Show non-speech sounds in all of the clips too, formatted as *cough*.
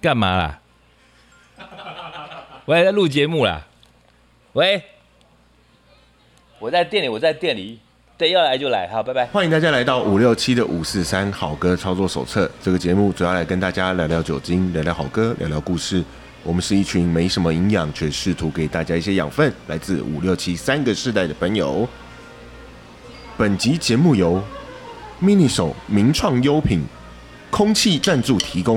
干嘛啦？ *laughs* 我还在录节目啦。喂，我在店里，我在店里，对，要来就来，好，拜拜。欢迎大家来到五六七的五四三好歌操作手册。这个节目主要来跟大家聊聊酒精，聊聊好歌，聊聊故事。我们是一群没什么营养，却试图给大家一些养分，来自五六七三个世代的朋友。本集节目由 MINI 手名创优品空气赞助提供。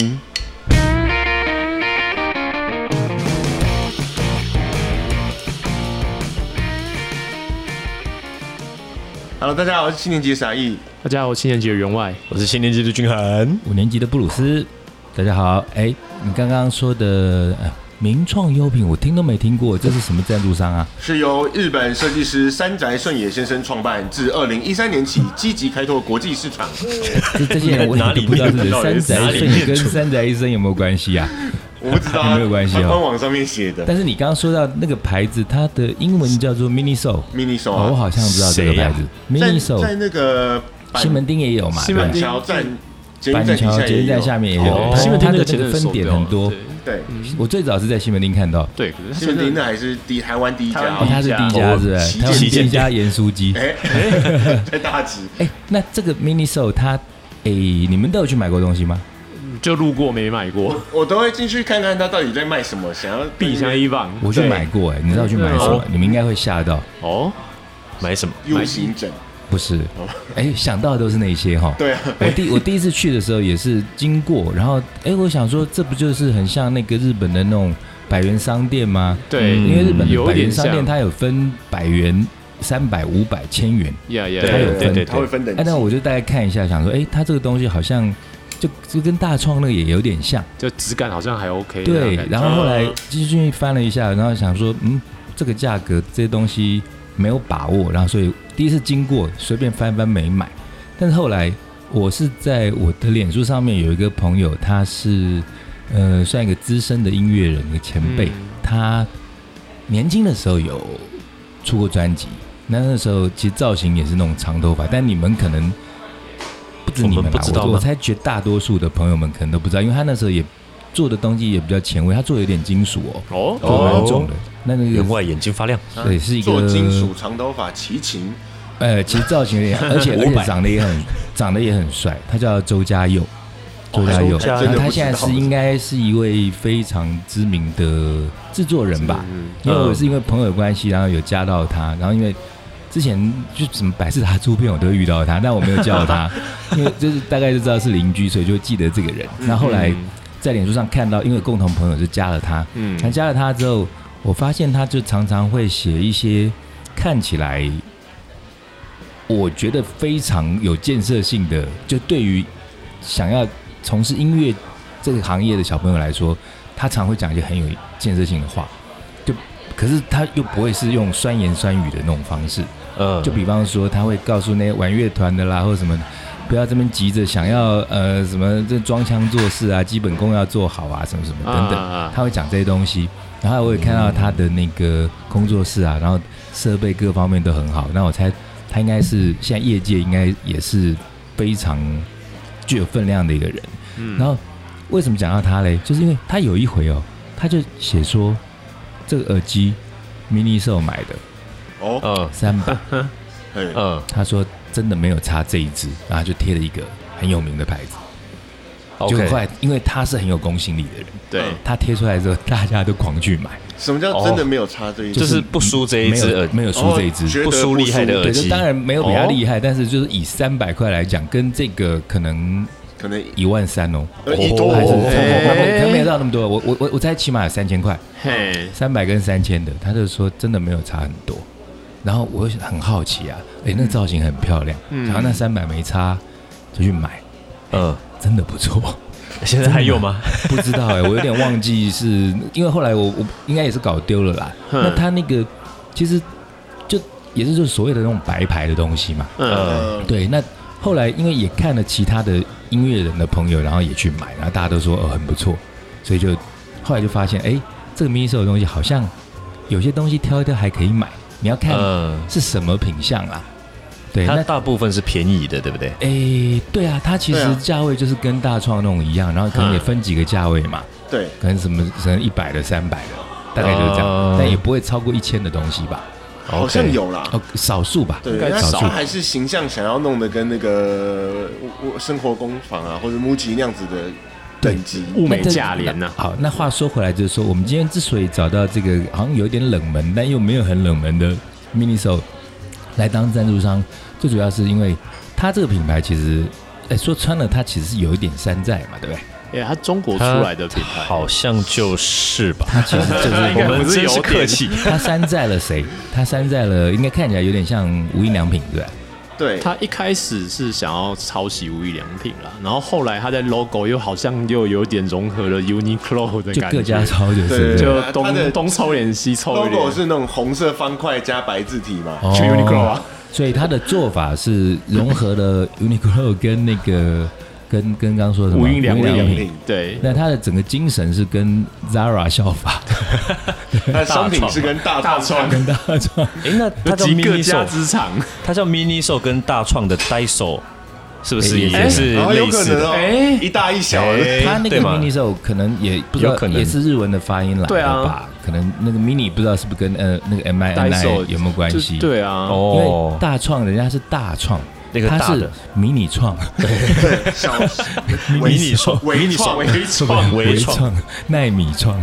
Hello，大家好，我是七年级的傻义。大家好，我七年级的员外，我是新年级的君恒，五年级的布鲁斯，大家好。哎，你刚刚说的、呃名创优品，我听都没听过，这是什么赞助商 *laughs* 啊？是由日本设计师山宅顺也先生创办，自二零一三年起积极开拓国际市场。这这些人我也哪里不知道是念到山的宅哪里医生念跟出山宅医生有没有 *laughs* 关系啊？我不知道啊， *laughs* 没有关系哦他官网上面写的但是你刚刚说到那个牌子，它的英文叫做 Miniso， mini 手哦，啊，我好像知道这个谁呀牌子在 Miniso，在那个板西门町也有嘛？西门对町桥站捷运板站底桥下捷也运有站下面也有哦，它西门町它那个的那前阵个子分点很多。对，嗯我最早是在西门町看到，对，可是西门町那还是第台湾第一家台哦，湾它哦，是第一哦家是不旗是？舰它是第旗一舰家盐酥鸡。哎，在大直。哎，那这个 Miniso 它，哎，你们都有去买过东西吗？就路过没 *laughs* 买过，我都会进去看看他到底在卖什么，想要必箱一棒，我去买过哎、你知道我去买什真的哦么吗？你们应该会吓到，哦，买什么？ U 型枕。不是？哎、想到的都是那些哈。哦对啊， *laughs* 我第我第一次去的时候也是经过，然后哎、我想说这不就是很像那个日本的那种百元商店吗？对，嗯嗯因为日本的有百一元点商店像，它有分百元、三百、五百、千元，呀呀，它有对分。对对他会分等哎、级。那我就大概看一下，想说哎、它这个东西好像就就跟大创那个也有点像。就质感好像还 OK，对，然后后来嗯进去翻了一下，然后想说，嗯，这个价格这些东西没有把握，然后所以第一次经过随便翻翻没买，但是后来我是在我的脸书上面有一个朋友，他是呃算一个资深的音乐人的前辈，他年轻的时候有出过专辑，那那时候其实造型也是那种长头发，但你们可能不止你我们们不啦，知道我吗我猜绝大多数的朋友们可能都不知道，因为他那时候也做的东西也比较前卫，他做的有点金属哦，哦，做得蛮重的。那那员个外眼睛发亮，啊对是一个做金属长头发齐秦，呃，其实造型 *laughs* 有点，而且而且长得也很长得也很帅，他叫周家佑。周家佑，哦周家佑那他现在真的不知道是应该是一位非常知名的制作人吧？嗯因为我是因为朋友的关系，然后有加到他，然后因为之前就什么百事达出片，我都会遇到他，但我没有叫他，因为就是大概就知道是邻居，所以就记得这个人。那后来在脸书上看到，因为共同朋友就加了他，嗯那加了他之后，我发现他就常常会写一些看起来我觉得非常有建设性的，就对于想要从事音乐这个行业的小朋友来说，他常会讲一些很有建设性的话，就可是他又不会是用酸言酸语的那种方式，嗯，就比方说，他会告诉那些玩乐团的啦，或者什么，不要这么急着想要呃什么这装腔作势啊，基本功要做好啊，什么什么等等，啊啊啊他会讲这些东西。然后我也看到他的那个工作室啊，然后设备各方面都很好。那我猜他应该是现在业界应该也是非常具有分量的一个人。嗯然后为什么讲到他嘞？就是因为他有一回哦，他就写说这个耳机 mini 是我买的哦，嗯三百。哎嗯，他说真的没有差这一支，然后就贴了一个很有名的牌子。就后 OK，来，因为他是很有公信力的人，对，他贴出来之后，大家都狂去买，嗯什么叫真的没有差这哦一就支？是不输这一没只有耳，没有输这一支哦。觉得不输厉害的耳对，就机，当然没有比他厉害，但是就是以三百块来讲，跟这个可能可能一万三哦，呃一哦多还是差哎不多可能没有到那么多。我我我我猜起码有三千块，哦嘿，三百跟三千的，他就说真的没有差很多。然后我很好奇啊，哎，嗯那造型很漂亮，然后那三百没差，就去买，哎嗯，真的不错。 *laughs* 现在还有吗？不知道哎、我有点忘记是，因为后来我我应该也是搞丢了啦。嗯那他那个其实就也是就是所谓的那种白牌的东西嘛。嗯，呃对，那后来因为也看了其他的音乐人的朋友，然后也去买，然后大家都说呃很不错，所以就后来就发现哎、这个 miniso 的东西好像有些东西挑一挑还可以买，你要看嗯，是什么品相啦。对，它那大部分是便宜的，对不对？哎、对啊，它其对实啊价位就是跟大创那种一样，然后可能也分几个价位嘛。对，可能什么可能一百的、三百的，大概就是这样，啊但也不会超过一千的东西吧，好像有啦。哦，少数吧，对，他少少数。还是形象想要弄得跟那个我我生活工坊啊，或者 MUJI 那样子的等级，物美价廉呐、好，那话说回来，就是说我们今天之所以找到这个好像有点冷门，但又没有很冷门的 Miniso 来当赞助商，最主要是因为它这个品牌其实，哎，说穿了，它其实是有一点山寨嘛， *laughs* 对不对？哎、它中国出来的品牌，好像就是吧？它其实就是应该我不们是真是有客 *laughs* 气，它山寨了谁？它山寨了，应该看起来有点像无印良品，对不对？对，他一开始是想要抄袭无印良品啦，然后后来他在 logo 又好像又有点融合了 Uniqlo 的就感各家觉，抄就对是哦就他东的东抽一点西抽一 logo 点，是那种红色方块加白字体嘛，哦去 Uniqlo 啊。所以它的做法是融合了 Uniqlo 跟那个跟跟刚说什么无印良无良品品，对，那它的整个精神是跟 *laughs* Zara 效法，它的商品是跟大大创创跟大创哎，那它叫集各 mini 家 so，之长，它叫 mini so 跟大创的 Daiso 是不是诶也是然后有类可似能啊的？哦，哎一大一小的，哎它那个对嘛 mini s o 可能也不知有道可，能也是日文的发音来对的啊吧？可能那个 mini 不知道是不是跟呃那个 M I 代 N I 售有没有关系？就，对啊，因哦为，大创人家是大创，那个它大是的迷你创，对，小迷你创微创微创微微创创、奈 *laughs* 米创，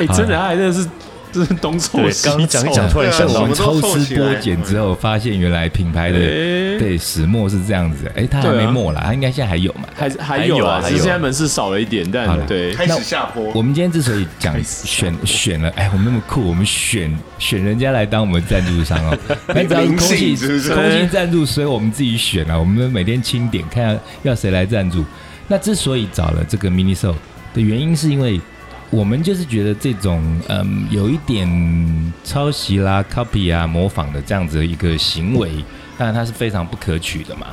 哎，真的，他还真的是，真是东凑对西刚讲哎一讲凑突然对啊像什我我们么们都抽凑丝起来剥茧之后，发现原来品牌的哎对始末是这样子。哎，它还没对啊没了，它应该现在还有嘛？还还还有有啊，啊只是现在门市少了一点，好但了对，开始下坡，我们今天之所以讲选选了，哎，我们那么酷，我们选选人家来当我们赞助商 *laughs* 哦。那只要是空气灵性是不是空气赞助，所以我们自己选啊，我们每天清点看要谁来赞助。那之所以找了这个 mini s o 的原因，是因为我们就是觉得这种嗯有一点抄袭啦、copy 啊、模仿的这样子的一个行为，当然它是非常不可取的嘛。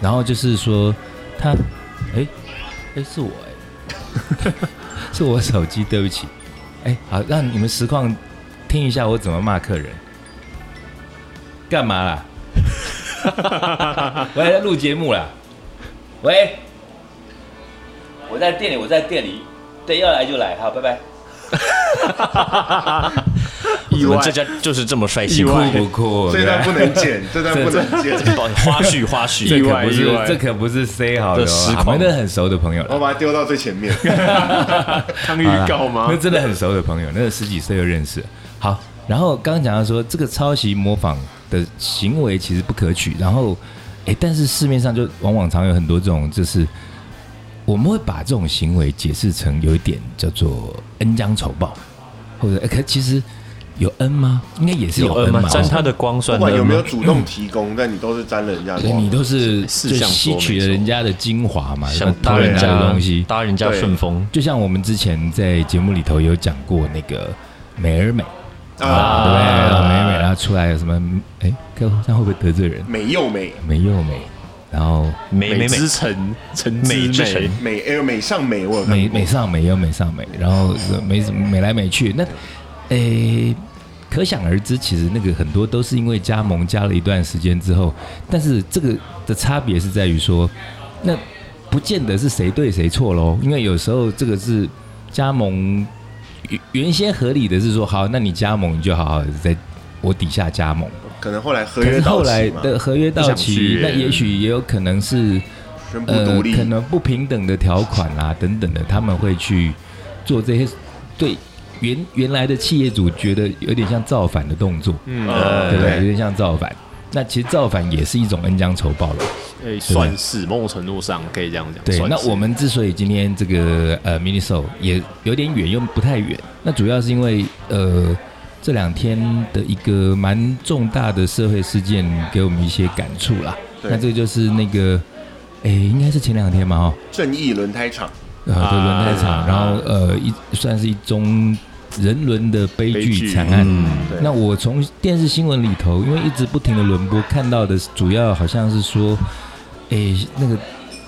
然后就是说，它，哎，哎是我哎。 *laughs* 是我手机，对不起。哎，好，让你们实况听一下我怎么骂客人。干嘛啦？哦我还在录节目啦。喂，我在店里，我在店里，对，要来就来，好，拜拜。我们这家就是这么率性，意酷外不 *laughs* 酷？这段不能剪，这段不能剪，哦花絮花絮这意可外不是意外这可不是 say 好的、这实哦，况我们那很熟的朋友我了。把它丢到最前面。当预好啦告吗那？真的很熟的朋友，那个十几岁就认识了。好，然后刚刚讲到说这个抄袭模仿的行为其实不可取，然后哎，但是市面上就往往常有很多这种，就是我们会把这种行为解释成有一点叫做恩将仇报，或者哎可其实有恩吗？应该也是有恩恩嘛吗？，沾哦它的光算不管有没有吗？主动提供，但你都是沾了人家所以光。你都是哦是就这样说吸取没了错人家的精华嘛，想搭偷人人家啊的家东西，啊搭人家顺风，就像我们之前在节目里头有讲过那个美而美啊，对不对？然后美而美，然后出来有什么？哎，客户这样会不会得罪人？美又美，美又美，然后美美美之城，城之美之城美哎美上美，我有看美过美上美又美上美，然后呃美美来美去，那诶。可想而知，其实那个很多都是因为加盟加了一段时间之后，但是这个的差别是在于说，那不见得是谁对谁错喽，因为有时候这个是加盟原原先合理的是说，好，那你加盟你就好好的在我底下加盟，可能后来合可约是到后来期嘛，的合约不到想期续，那也许也有可能是宣布呃独立可，能不平等的条款啦、等等的，他们会去做这些对原原来的企业主觉得有点像造反的动作，嗯，呃对不对？有对点像造反。那其实造反也是一种恩将仇报了。哎，算是某种程度上可以这样讲。对，算那是我们之所以今天这个呃 mini show 也有点远又不太远，那主要是因为呃这两天的一个蛮重大的社会事件给我们一些感触啦。对那这个就是那个，哎，应该是前两天嘛，哦，正义轮胎厂，呃，啊对，轮胎厂，然后呃一算是一宗人伦的悲悲剧剧嗯惨案。对那我从电视新闻里头，因为一直不停的轮播，看到的主要好像是说，诶，那个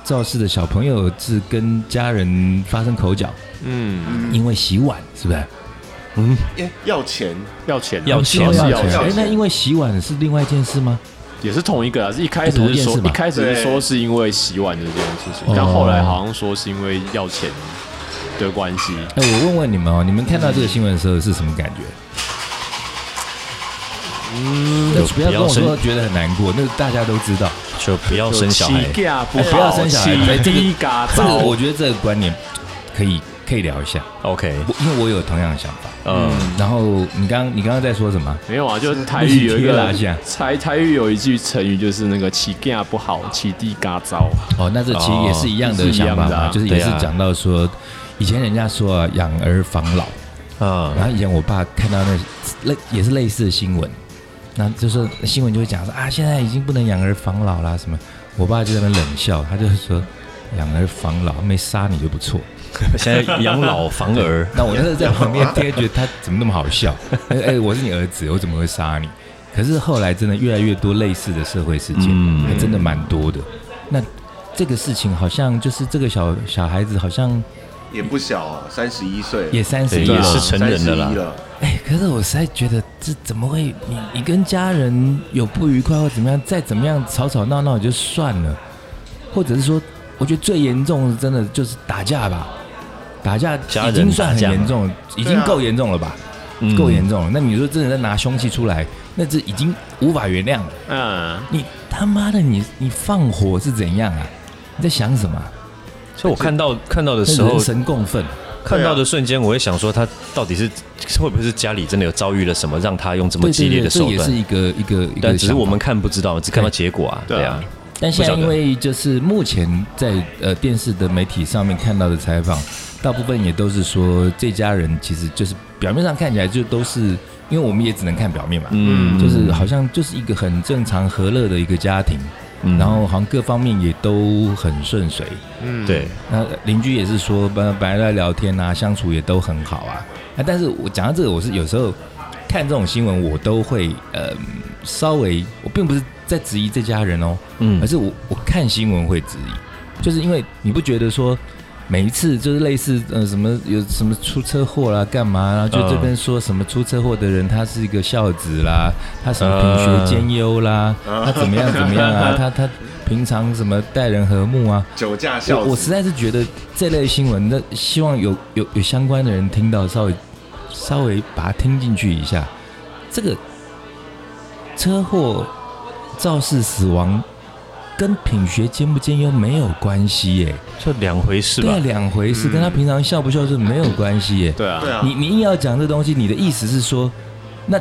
肇事的小朋友是跟家人发生口角，嗯，因为洗碗，是不是？耶要钱，要钱啊要钱要要钱哎，那因为洗碗是另外一件事吗？也是同一个啊，是一开不始同是件说事吧一开始对是说是因为洗碗的这件事哦情，但后来好像说是因为要钱的关系，哎、我问问你们哦，你们看到这个新闻的时候是什么感觉？嗯，不要跟我说觉得很难过，那个大家都知道。就不要生小孩。起价不哎不要好，生小孩起哎这个低嘎这个造我觉得这个观念可以可以聊一下， OK，我因为我有同样的想法。嗯，然后你刚你刚刚在说什么？没有啊，就是台语有一你贴个哪一下台台语有一句成语，就是那个起价不好，起地嘎糟。哦，那这其实也是一样的想法是一样的嘛，啊就是也是对啊讲到说，以前人家说啊，养儿防老，啊 *laughs* 嗯然后以前我爸看到那类也是类似的新闻，那就是新闻就会讲说啊，现在已经不能养儿防老啦什么。我爸就在那边冷笑，他就说养儿防老没杀你就不错。，现在养老防儿那我那时候在旁边听，觉得他怎么那么 *laughs* 好笑？哎、哎我是你儿子，我怎么会杀你？可是后来真的越来越多类似的社会事件，嗯还真的蛮多的。那这个事情好像就是这个小小孩子好像也不小啊，三十一岁，啊也三十对一也了，是成人的啦31了，哎、可是我实在觉得这怎么会？你你跟家人有不愉快或怎么样，再怎么样吵吵闹闹也就算了，或者是说，我觉得最严重的真的就是打架吧，打架家已人经算很打架啊严重，已经够严重了吧？嗯够严重了。那你说真的在拿凶器出来，那这已经无法原谅了。嗯，你他妈的你，你放火是怎样啊？你在想什么啊、所以我看到看到的时那候人，神共愤。啊看到的瞬间，我会想说，他到底是会不会是家里真的有遭遇了什么，让他用这么对激烈对对，的这手也是段？一个一个一个想法。但只是我们看不知道，只看到结果啊，对对啊，但现在不晓得因为就是目前在呃电视的媒体上面看到的采访，大部分也都是说这家人其实就是表面上看起来就都是，因为我们也只能看表面嘛，嗯就是好像就是一个很正常和乐的一个家庭，嗯然后好像各方面也都很顺遂。对，那邻居也是说，本本来在聊天啊，相处也都很好啊。啊，但是我讲到这个，我是有时候看这种新闻，我都会呃稍微，我并不是在质疑这家人哦，嗯而是我我看新闻会质疑，就是因为你不觉得说每一次就是类似呃什么有什么出车祸啦干嘛啦，就嗯这边说什么出车祸的人他是一个孝子啦，他什么品嗯学兼优啦，他怎么样怎么样啊，他他平常什么待人和睦啊，酒驾孝我子，我实在是觉得这类新闻，那希望有有有相关的人听到，稍微稍微把它听进去一下。这个车祸肇事死亡跟品学兼不兼优没有关系耶，这两回事对啊，吧？两回事，跟他平常孝不孝顺没有关系耶。对啊对，啊，你你硬要讲这东西，你的意思是说，那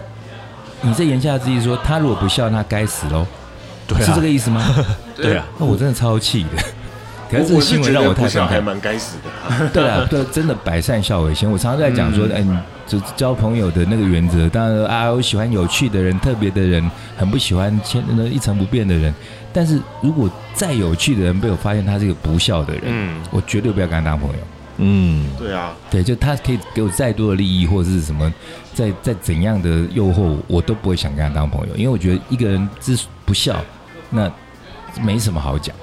你这言下之意说，他如果不孝，那该死喽，对是这个啊，意思吗？哦对啊，那我真的超气的。可我是啊这个我新是闻觉让得我太不小伤还害。蛮该死的，对啊，对，真的百善孝为先。我常常在讲说，嗯、你就交朋友的那个原则，当然啊，我喜欢有趣的人、特别的人，很不喜欢千那一成不变的人。但是如果再有趣的人被我发现他是一个不孝的人，嗯我绝对不要跟他当朋友。嗯，对啊，对，就他可以给我再多的利益，或者是什么，再再怎样的诱惑我，我都不会想跟他当朋友，因为我觉得一个人之不孝，那没什么好讲。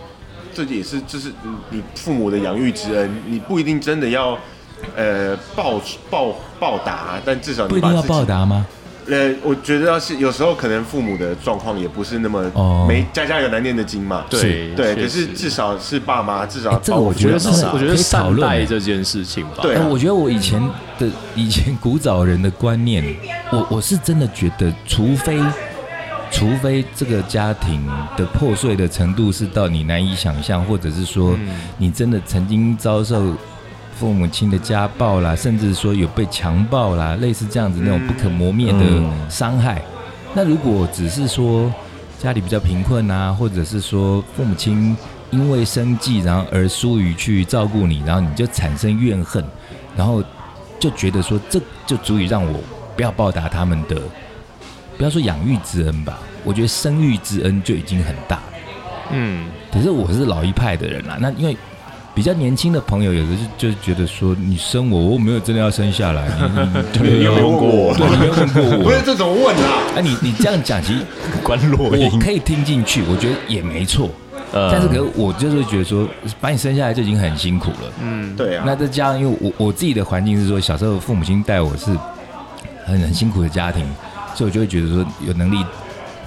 这也是就是你你父母的养育之恩，你不一定真的要呃报报报答，但至少不你一把定要自己报答吗？呃，我觉得要是有时候可能父母的状况也不是那么哦没家家有难念的经嘛，对对，确可是实至少是爸妈，至哎少这个把我抚觉得养是长大我觉可得以讨善论待欸这件事情吧，对哎、啊我觉得我以前的以前古早人的观念，我我是真的觉得，除非除非这个家庭的破碎的程度是到你难以想象，或者是说嗯你真的曾经遭受父母亲的家暴啦，甚至说有被强暴啦，类似这样子那种不可磨灭的嗯伤害。那如果只是说家里比较贫困啊，或者是说父母亲因为生计然后而疏于去照顾你，然后你就产生怨恨，然后就觉得说这就足以让我不要报答他们的，不要说养育之恩吧，我觉得生育之恩就已经很大了。嗯，可是我是老一派的人啦，那因为比较年轻的朋友，有的就就觉得说你生我，我没有真的要生下来，你你你有没有问过我对，你没有问过不是我。这种问啊，哎、你你这样讲，其实关洛我英，可以听进去，我觉得也没错。呃但是，可是我就是觉得说，把你生下来就已经很辛苦了。对啊那，再加上，因为我我自己的环境是说，小时候父母亲带我是很很辛苦的家庭，所以我就会觉得说，有能力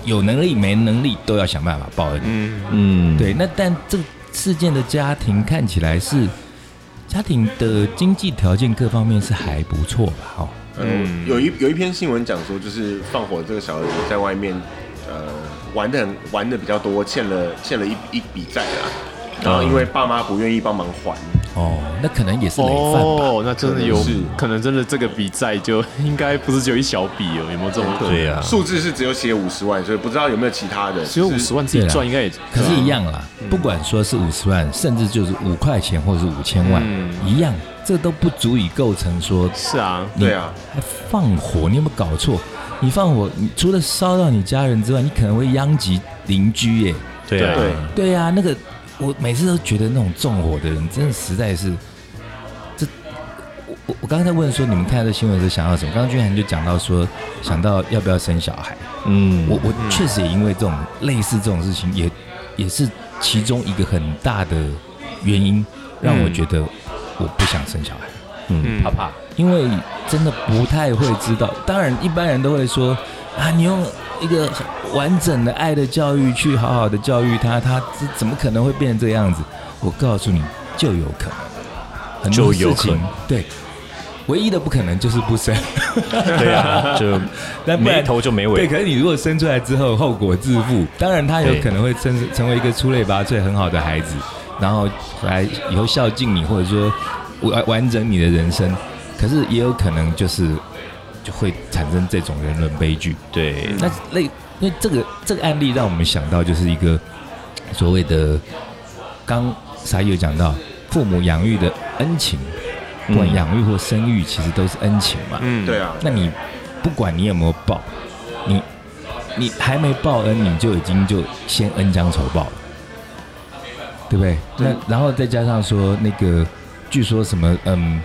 有能力没能力都要想办法报恩。嗯，嗯，对，那但这个事件的家庭看起来是家庭的经济条件各方面是还不错吧？哦，嗯，有一有一篇新闻讲说，就是放火这个小儿子在外面，呃，玩的很玩的比较多，欠了欠了一一笔债啊，然后因为爸妈不愿意帮忙还，哦，那可能也是累犯吧。哦，那真的有可能是可能真的这个比赛就应该不是只有一小笔哦，有没有这种可能？啊对嗯呀，数字是只有写五十万，所以不知道有没有其他人，只有五就是十万自己对啦啊赚，应该也啊可是，一样啦，嗯不管说是五十万，甚至就是五块钱或者是五千万，嗯一样，这都不足以构成说是啊，你对啊，还放火，你有没有搞错？你放火，你除了烧到你家人之外，你可能会殃及邻居耶。对啊，对，对啊，那个我每次都觉得那种纵火的人，真的实在是，这我我我刚才问说你们看到这新闻是想到什么？刚刚君涵就讲到说想到要不要生小孩，嗯，我我确实也因为这种类似这种事情，也也是其中一个很大的原因，让我觉得我不想生小孩。嗯，怕怕，因为真的不太会知道。当然，一般人都会说啊，你用一个完整的爱的教育去好好的教育他，他这怎么可能会变成这样子？我告诉你，就有可能，很多就有事可能情对。唯一的不可能就是不生， *laughs* 对啊，就那不然没头就没对。尾，可是你如果生出来之后，后果自负。当然，他有对可能会成成为一个出类拔萃很好的孩子，然后来以后孝敬你，或者说完完整你的人生。可是也有可能就是就会产生这种人伦悲剧。对，那类因为这个这个案例让我们想到就是一个所谓的刚才有讲到父母养育的恩情，不管嗯养育或生育，其实都是恩情嘛。嗯，对，啊，那你不管你有没有报，你你还没报恩，你就已经就先恩将仇报了，对不对？对那然后再加上说那个，据说什么嗯，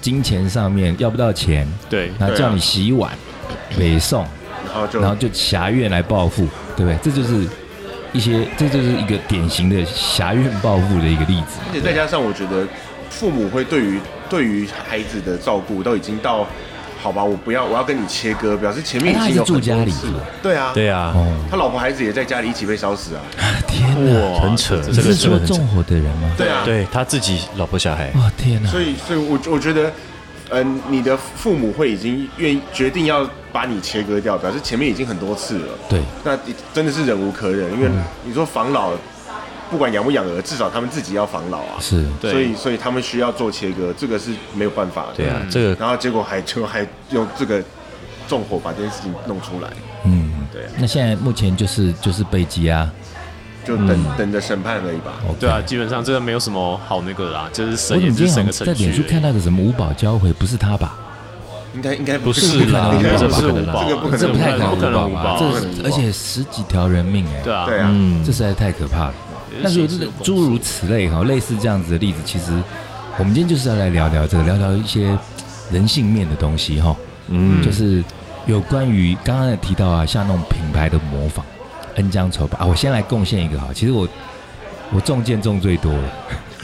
金钱上面要不到钱，对，然对后啊叫你洗碗、北送，然后就然后就侠怨来报复，对不对？这就是一些，这就是一个典型的侠怨报复的一个例子嘛。而且再加上，我觉得父母会对于对于孩子的照顾都已经到，好吧，我不要，我要跟你切割，表示前面已哎他经还有是住很多家里次是吧了对啊，对啊，哦，他老婆孩子也在家里一起被烧死啊，天哪！哇，很扯你这个是真的说很纵火的人吗？对啊，对他自己老婆小孩，哇，天哪！所以所以我我觉得，嗯、你的父母会已经愿意决定要把你切割掉，表示前面已经很多次了，对，那真的是忍无可忍，因为你说防老，不管养不养儿，至少他们自己要防老啊，是对所以所以他们需要做切割，这个是没有办法的，对啊，这个然后结果还就还用这个纵火把这件事情弄出来，嗯，对啊那现在目前就是就是被羁押就等、嗯等着审判而已吧。 ，OK，对啊，基本上这个没有什么好那个啦，就是我省怎也么今是天好省个像在程脸序书。看到个什么五宝交回，不是他吧？应该应该不是啦应该这不是不可五能宝，啦这个不可这能，不太可能五不可能五吧？宝这不可能五个宝而且十几条人命哎，对啊，对啊，嗯这，实在太可怕了。但是诸如此类哈，类似这样子的例子，其实我们今天就是要来聊聊这个，聊聊一些人性面的东西哈。嗯，就是有关于刚刚有提到啊，像那种品牌的模仿，恩将仇报啊。我先来贡献一个哈，其实我我中箭中最多了。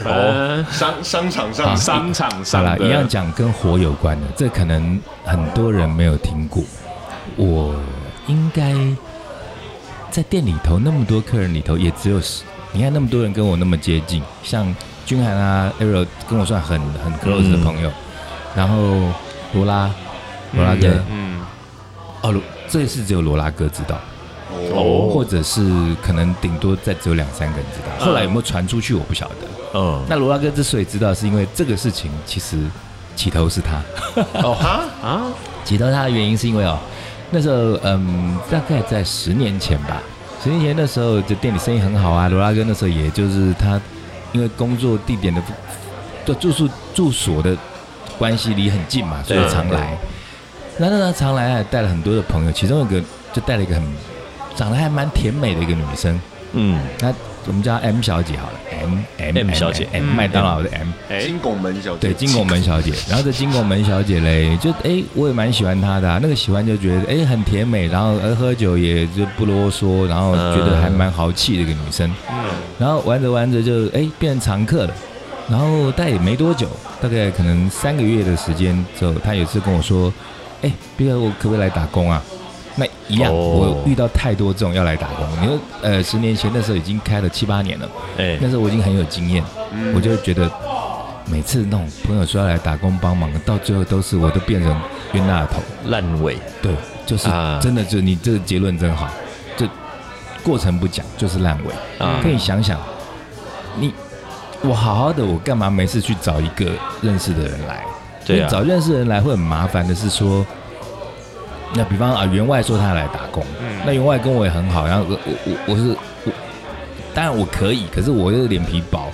哦，商商场啊上商场好上啦，的一样讲跟火有关的，这可能很多人没有听过。我应该在店里头那么多客人里头，也只有十。你看那么多人跟我那么接近，像君涵啊、Arrow 跟我算很很 close 的朋友，然后罗拉、罗拉哥，嗯，哦，罗这是只有罗拉哥知道，或者是可能顶多再只有两三个人知道。后来有没有传出去，我不晓得。嗯，那罗拉哥之所以知道，是因为这个事情其实起头是他，哦啊， *laughs* 起头他的原因是因为哦，那时候嗯，大概在十年前吧，十年前那时候就店里生意很好啊，罗拉哥那时候也就是他因为工作地点的就住宿住所的关系离很近嘛，所以对常来。那那时候常来啊带了很多的朋友，其中一个就带了一个很长得还蛮甜美的一个女生，嗯，那我们叫她 M 小姐好了，M M 嗯 M 小姐 M 麦当劳的 M。哎金，拱门小姐，对，金拱门小姐。然后这金拱门小姐嘞，就哎，我也蛮喜欢她的、啊。那个喜欢就觉得哎很甜美，然后呃喝酒也就不啰嗦，然后觉得还蛮豪气的一个女生。然后玩着玩着就哎变成常客了。然后但也没多久，大概可能三个月的时间之后，她有一次跟我说：“哎，毕哥，我可不可以来打工啊？”那一样，哦我遇到太多这种要来打工。你说，呃，十年前那时候已经开了七八年了，哎那时候我已经很有经验，我就觉得每次那种朋友说要来打工帮忙，到最后都是我都变成冤大头。烂尾，对，就是啊真的，就是你这个结论真好，这过程不讲就是烂尾。啊可以想想，你我好好的，我干嘛没事去找一个认识的人来？对啊因为找认识的人来会很麻烦的是说，那比方啊，员外说他来打工，嗯那员外跟我也很好，然后我呃我我我是我，当然我可以，可是我又脸皮薄，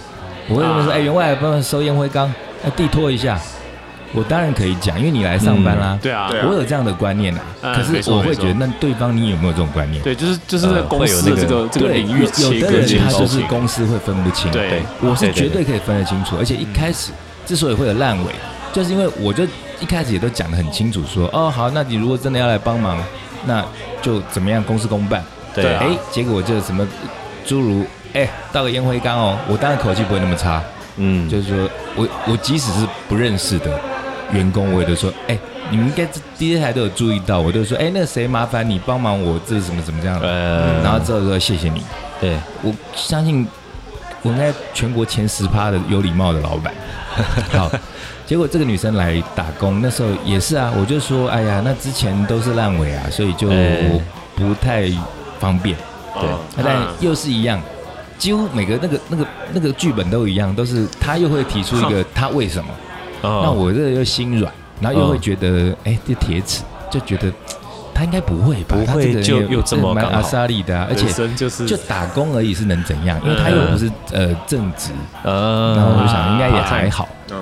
我会跟啊他说，哎、员外帮我收烟灰缸，哎，地拖一下。我当然可以讲，因为你来上班嗯啦、对啊，对我有这样的观念啊，嗯可没是错我会没错觉得，那对方你有没有这种观念？对，就是就是在呃公会司有的那这个个这个对领域有切有割的这人件他事就是情，公司会分不清，对我是对对绝对可以分得清楚，而且一开始之所以会有烂尾，就是因为我就一开始也都讲得很清楚说，哦好，那你如果真的要来帮忙，那就怎么样公事公办。对啊哎，结果就什么诸如哎倒个烟灰缸哦，我当然口气不会那么差，嗯，就是说我我即使是不认识的员工，我也都说，哎、你们应该第一台都有注意到，我都说，哎、那谁麻烦你帮忙我这什么怎么这样的，呃然后之后说谢谢你，对，我相信我应该全国前十趴的有礼貌的老板。好，结果这个女生来打工，那时候也是啊，我就说，哎呀，那之前都是烂尾啊，所以就哎我不太方便。啊对但哎又是一样，几乎每个那个那个那个剧本都一样，都是他又会提出一个他为什么，哦那我这又心软，然后又会嗯觉得哎这铁齿就觉得嘖他应该不会吧，不他会这个人就也又这么蛮刚好阿莎利的、啊，而且人。生就是就打工而已是能怎样？因为他啊又不是呃正职，然后我呃就想应该也还好。嗯，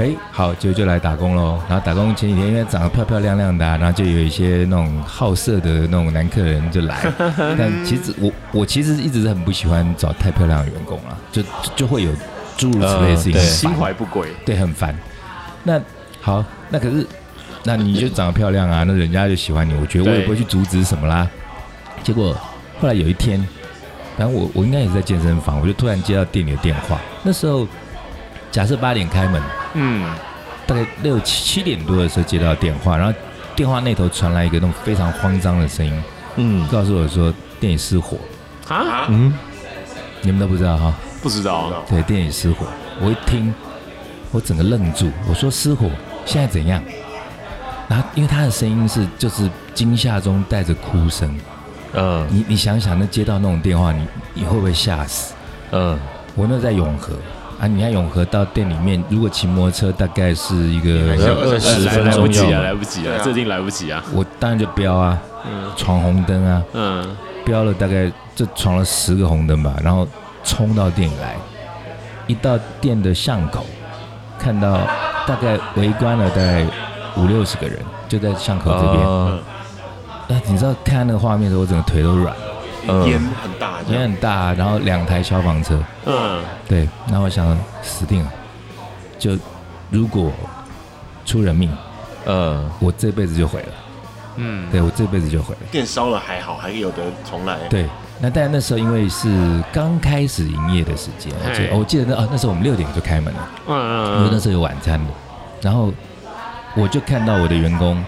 哎，好，就就来打工喽。然后打工前几天因为长得漂漂亮亮的、啊，然后就有一些那种好色的那种男客人就 *laughs* 来。但其实我我其实一直是很不喜欢找太漂亮的员工啊，就就就会有诸如此类的事呃对情，很烦心怀不轨，对很烦。那好，那可是那你就长得漂亮啊，那人家就喜欢你，我觉得我也对不会去阻止什么啦。结果后来有一天，反正我我应该也是在健身房，我就突然接到店里的电话。那时候假设八点开门。嗯，大概六七七点多的时候接到电话，然后电话那头传来一个那种非常慌张的声音，嗯告诉我说店里失火，啊，嗯，你们都不知道哈？不知道，对，店里失火，我一听，我整个愣住，我说失火，现在怎样？然后因为他的声音是就是惊吓中带着哭声，嗯你你想想，那接到那种电话，你你会不会吓死？嗯，我那在永和啊，你看永和到店里面，如果骑摩托车大概是一个还是二十来分来不钟及要吗啊，来不及对啊啊，这一定来不及啊，我当然就飙啊，闯红灯啊，嗯，飙了大概就闯了十个红灯吧，然后冲到店里来，一到店的巷口，看到大概围观了大概五六十个人，就在巷口这边。哦那、你知道看到那个画面的时候，我整个腿都软，嗯烟呃很大，这也样很大，啊然后两台消防车，嗯，对，然后我想死定了，就如果出人命，嗯，我这辈子就毁了，嗯，对我这辈子就毁了。电烧了还好，还有的重来。对，那但那时候因为是刚开始营业的时间，而且嘿哦我记得那啊那时候我们六点就开门了，嗯因为那嗯时候有晚餐的，然后我就看到我的员工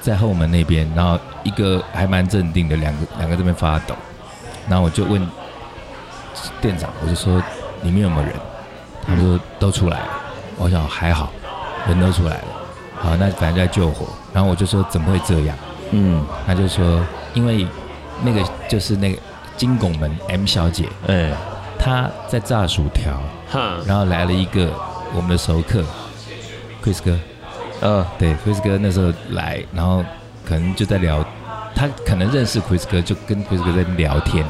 在后门那边，然后一个还蛮镇定的，两个两个这边发抖，然后我就问店长，我就说里面有没有人？他嗯们说都出来了，我想还好，人都出来了，好，那反正在救火，然后我就说怎么会这样？嗯，他就说，因为那个就是那个金拱门 M 小姐，哎，她在炸薯条，哼，然后来了一个我们的熟客，Chris 哥，嗯对，Chris 哥那时候来，然后可能就在聊，他可能认识 Chris 哥，就跟 Chris 哥在聊天，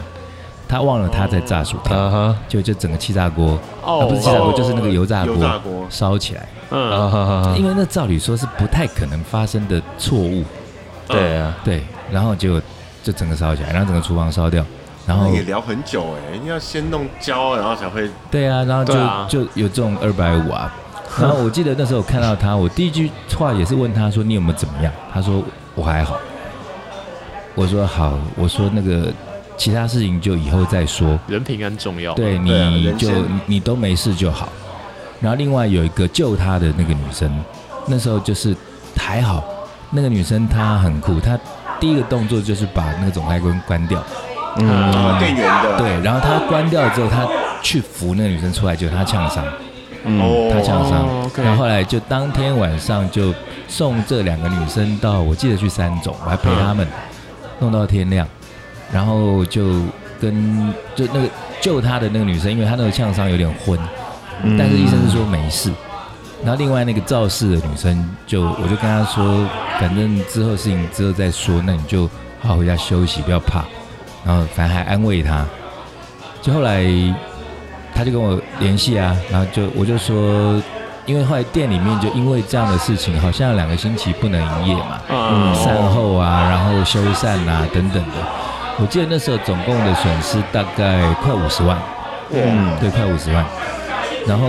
他忘了他在炸薯条，啊哈，就就整个气炸锅，哦啊不是气炸锅，哦就是那个油炸油炸锅锅烧起来，啊嗯，哈哈哈因，为那照理说是不太可能发生的错误，对嗯啊，对，然后结果就整个烧起来，然后整个厨房烧掉，然后那也聊很久哎，你要先弄焦，然后才会对啊，然后就、对啊就有这种二百五啊。然后我记得那时候我看到他，我第一句话也是问他说你有没有怎么样？他说我还好。我说好，我说那个其他事情就以后再说。人平安重要，对，哦对啊你人就生你你都没事就好。然后另外有一个救他的那个女生，那时候就是还好，那个女生她很酷，她第一个动作就是把那个总开关关掉，嗯，啊，电源的，对，然后他关掉之后，他去扶那个女生出来，结果他呛伤，哦，嗯他呛伤哦，，OK 然后后来就当天晚上就送这两个女生到，我记得去三种，我还陪他们弄到天亮，然后就跟就那个救他的那个女生，因为她那个呛伤有点昏，但是医生是说没事。然后另外那个肇事的女生就，我就跟她说，反正之后事情之后再说，那你就好好回家休息，不要怕。然后反正还安慰她。就后来她就跟我联系啊，然后就我就说，因为后来店里面就因为这样的事情，好像两个星期不能营业嘛，嗯善后啊，然后修缮啊等等的。我记得那时候总共的损失大概快五十万，嗯，对，快五十万。然后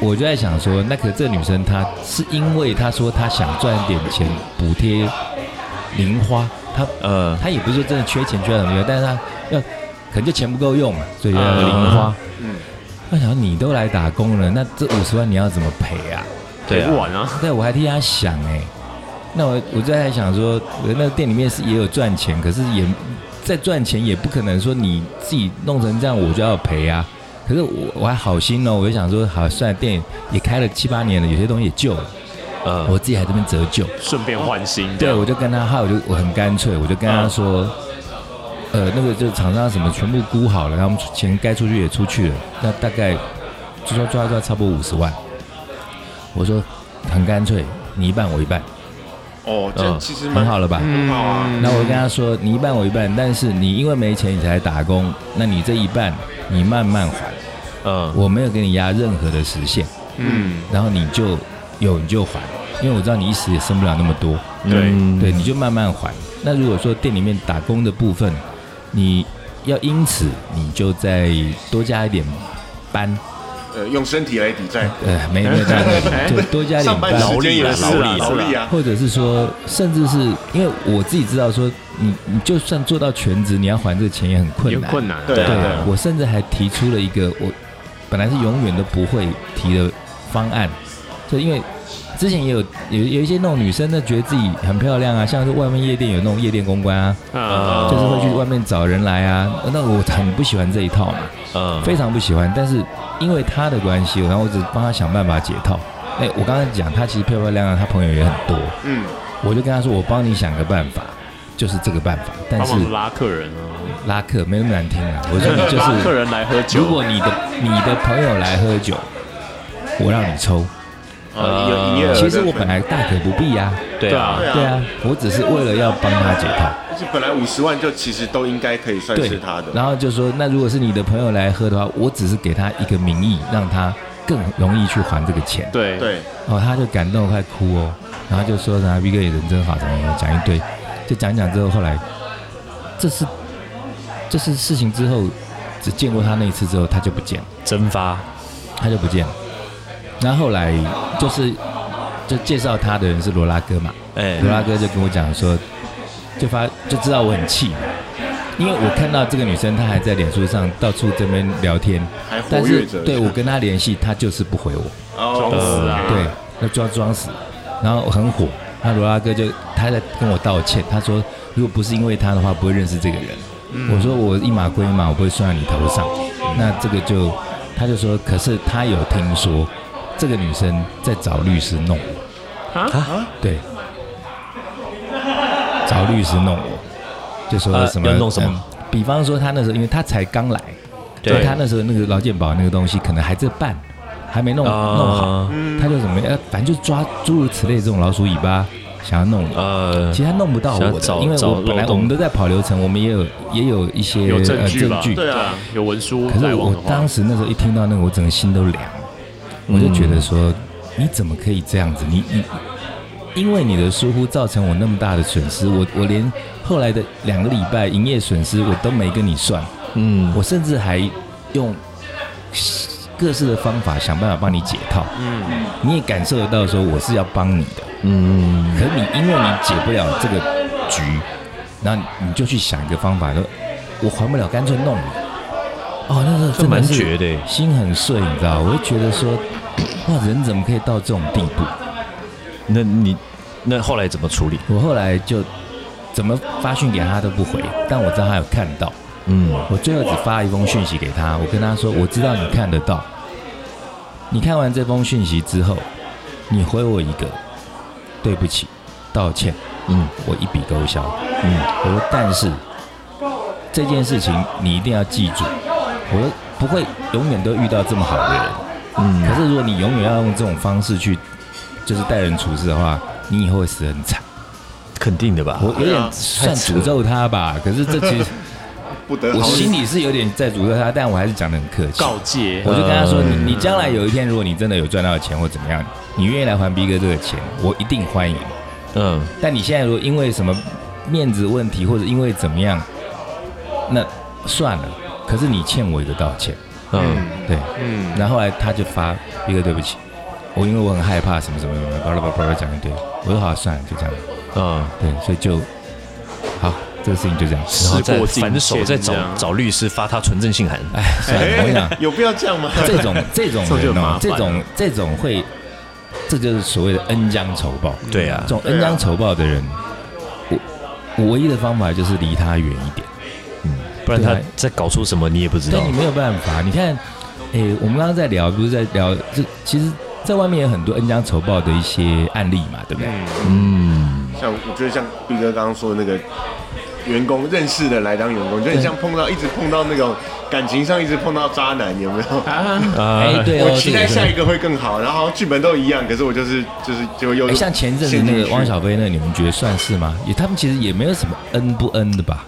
我就在想说，那可这女生她是因为她说她想赚点钱补贴零花，她呃，她也不是说真的缺钱缺到什么地方，但是她要可能就钱不够用嘛，所以要有零花。嗯她想你都来打工了，那这五十万你要怎么赔啊？对不啊，玩啊，对，我还替她想哎、那我我就在想说，我那个店里面是也有赚钱，可是也在赚钱，也不可能说你自己弄成这样我就要赔啊。可是我我还好心哦，我就想说，好，算了，店也开了七八年了，有些东西也旧了，呃，我自己还这边折旧。顺便换新这对，样。我就跟他，后来我就我很干脆，我就跟他说，嗯呃，那个就厂商什么全部估好了，然后我们钱该出去也出去了，那大概就说抓抓差不多五十万。我说很干脆，你一半我一半，哦，这嗯其实蛮很好，了嗯吧？很好啊，那我跟他说，你一半我一半，但是你因为没钱你才来打工，那你这一半你慢慢还，嗯，我没有给你压任何的时限，嗯，然后你就有你就还，因为我知道你一时也生不了那么多，对，嗯对，你就慢慢还。那如果说店里面打工的部分，你要因此你就再多加一点班，呃，用身体来抵债，呃，没没有这 *laughs* 样的，就多加哎一点上班班，时间也是劳力啊，啊劳力啊，或者是说，甚至是因为我自己知道说，你你就算做到全职，你要还这个钱也很困有难。困难啊，对对啊，我甚至还提出了一个我本来是永远都不会提的方案，就因为之前也有有有一些那种女生，呢，觉得自己很漂亮啊，像是外面夜店有那种夜店公关啊，嗯，就是会去外面找人来啊。那我很不喜欢这一套嘛，嗯，非常不喜欢。但是因为她的关系，然后我只帮她想办法解套。哎，我刚刚讲她其实漂漂亮亮，她朋友也很多，嗯，我就跟她说，我帮你想个办法，就是这个办法。但帮是忙拉客人啊，拉客没那么难听啊，我说你 *laughs* 就拉客是，人来喝酒。如果你的你的朋友来喝酒，我让你抽。呃，有营业额的分，其实我本来大可不必呀、对啊，对对啊，我只是为了要帮她解套。就是本来五十万就其实都应该可以算对是他的，然后就说，那如果是你的朋友来喝的话，我只是给他一个名义，让他更容易去还这个钱。对，啊对，哦，他就感动得快哭哦，然后就说啥 V 哥也人真好，怎么样讲一堆，就讲一讲之后，后来这是这是事情之后，只见过他那一次之后，他就不见了，蒸发，他就不见了。然后后来就是就介绍他的人是罗拉哥嘛，哎罗，拉哥就跟我讲说，就发就知道我很气，因为我看到这个女生她还在脸书上到处这边聊天，还活但跃是着，对我跟她联系，她就是不回我，哦，装死啊呃对，要装装死，然后很火。那罗拉哥就他在跟我道歉，他说如果不是因为他的话，不会认识这个人。嗯我说我一码归一码，我不会算到你头上。那这个就他就说，可是他有听说这个女生在找律师弄我。啊，对，找律师弄我，就说呃什么、要弄什么嗯比方说他那时候，因为他才刚来，对就他那时候那个劳健保那个东西可能还在办，还没弄、弄好啊，他就怎么呃，反正就抓诸如此类这种老鼠尾巴，想要弄我。呃其，实他弄不到想要我的，找因为找我本漏来我洞们都在跑流程，我们也有也有一些有证呃据吧？证据对啊，有文书可来是往我的话当，时那时候一听到那个，我整个心都凉了，我就觉得说，你怎么可以这样子？你你因为你的疏忽造成我那么大的损失，我我连后来的两个礼拜营业损失我都没跟你算，嗯，我甚至还用各式的方法想办法帮你解套。嗯，你也感受得到说我是要帮你的，嗯，可是你因为你解不了这个局，然后你就去想一个方法说，我还不了，干脆弄你。哦，那个这真的蛮是绝的欸，心很碎，你知道？我就觉得说， *clears throat* 哇，人怎么可以到这种地步？那你那后来怎么处理？我后来就怎么发讯给他他都不回，但我知道他有看到。嗯，我最后只发一封讯息给他，我跟他说：“我知道你看得到。你看完这封讯息之后，你回我一个对不起、道歉，嗯，我一笔勾销。”嗯，我说：“但是这件事情你一定要记住，我说不会永远都遇到这么好的人。嗯，可是如果你永远要用这种方式去就是待人处事的话，你以后会死得很惨。”肯定的吧？我有点算诅咒他吧，可是这其实不得我好心死。里是有点在诅咒他，但我还是讲的很客气。告诫我就跟他说：“嗯你你将来有一天，如果你真的有赚到钱或怎么样，你愿意来还 B 哥这个钱，我一定欢迎。嗯，但你现在如果因为什么面子问题，或者因为怎么样，那算了。可是你欠我一个道歉，嗯对。嗯，然后后来他就发 B 哥对不起，我因为我很害怕什么什么什么，巴拉巴拉巴拉讲一堆。我说好，算了，就这样。嗯，对，所以就好，这个事情就这样。然后事再过境反手迁再这找样找律师发他纯正信函。哎，算了，我跟你 *laughs* 讲哎，，有必要这样吗？这种这种这就人麻哦，烦这种这种会，这就是所谓的恩将仇报。对啊这，种恩将仇报的人，我我唯一的方法就是离他远一点。不然他对啊再搞出什么你也不知道但你。没有办法，你看，诶，我们刚刚在聊，不是在聊这，其实，在外面有很多恩将仇报的一些案例嘛，对不对？嗯，像我觉得像毕哥刚刚说的那个员工认识的来当员工，就很像碰到一直碰到那种感情上一直碰到渣男，有没有？ *laughs* 哎，对我哦，期这待个下一是。个会更好，然后好像剧本都一样，可是我就是就是就又哎，像前阵子陷进那个去汪小菲那，个，你们觉得算是吗？也，他们其实也没有什么恩不恩的吧？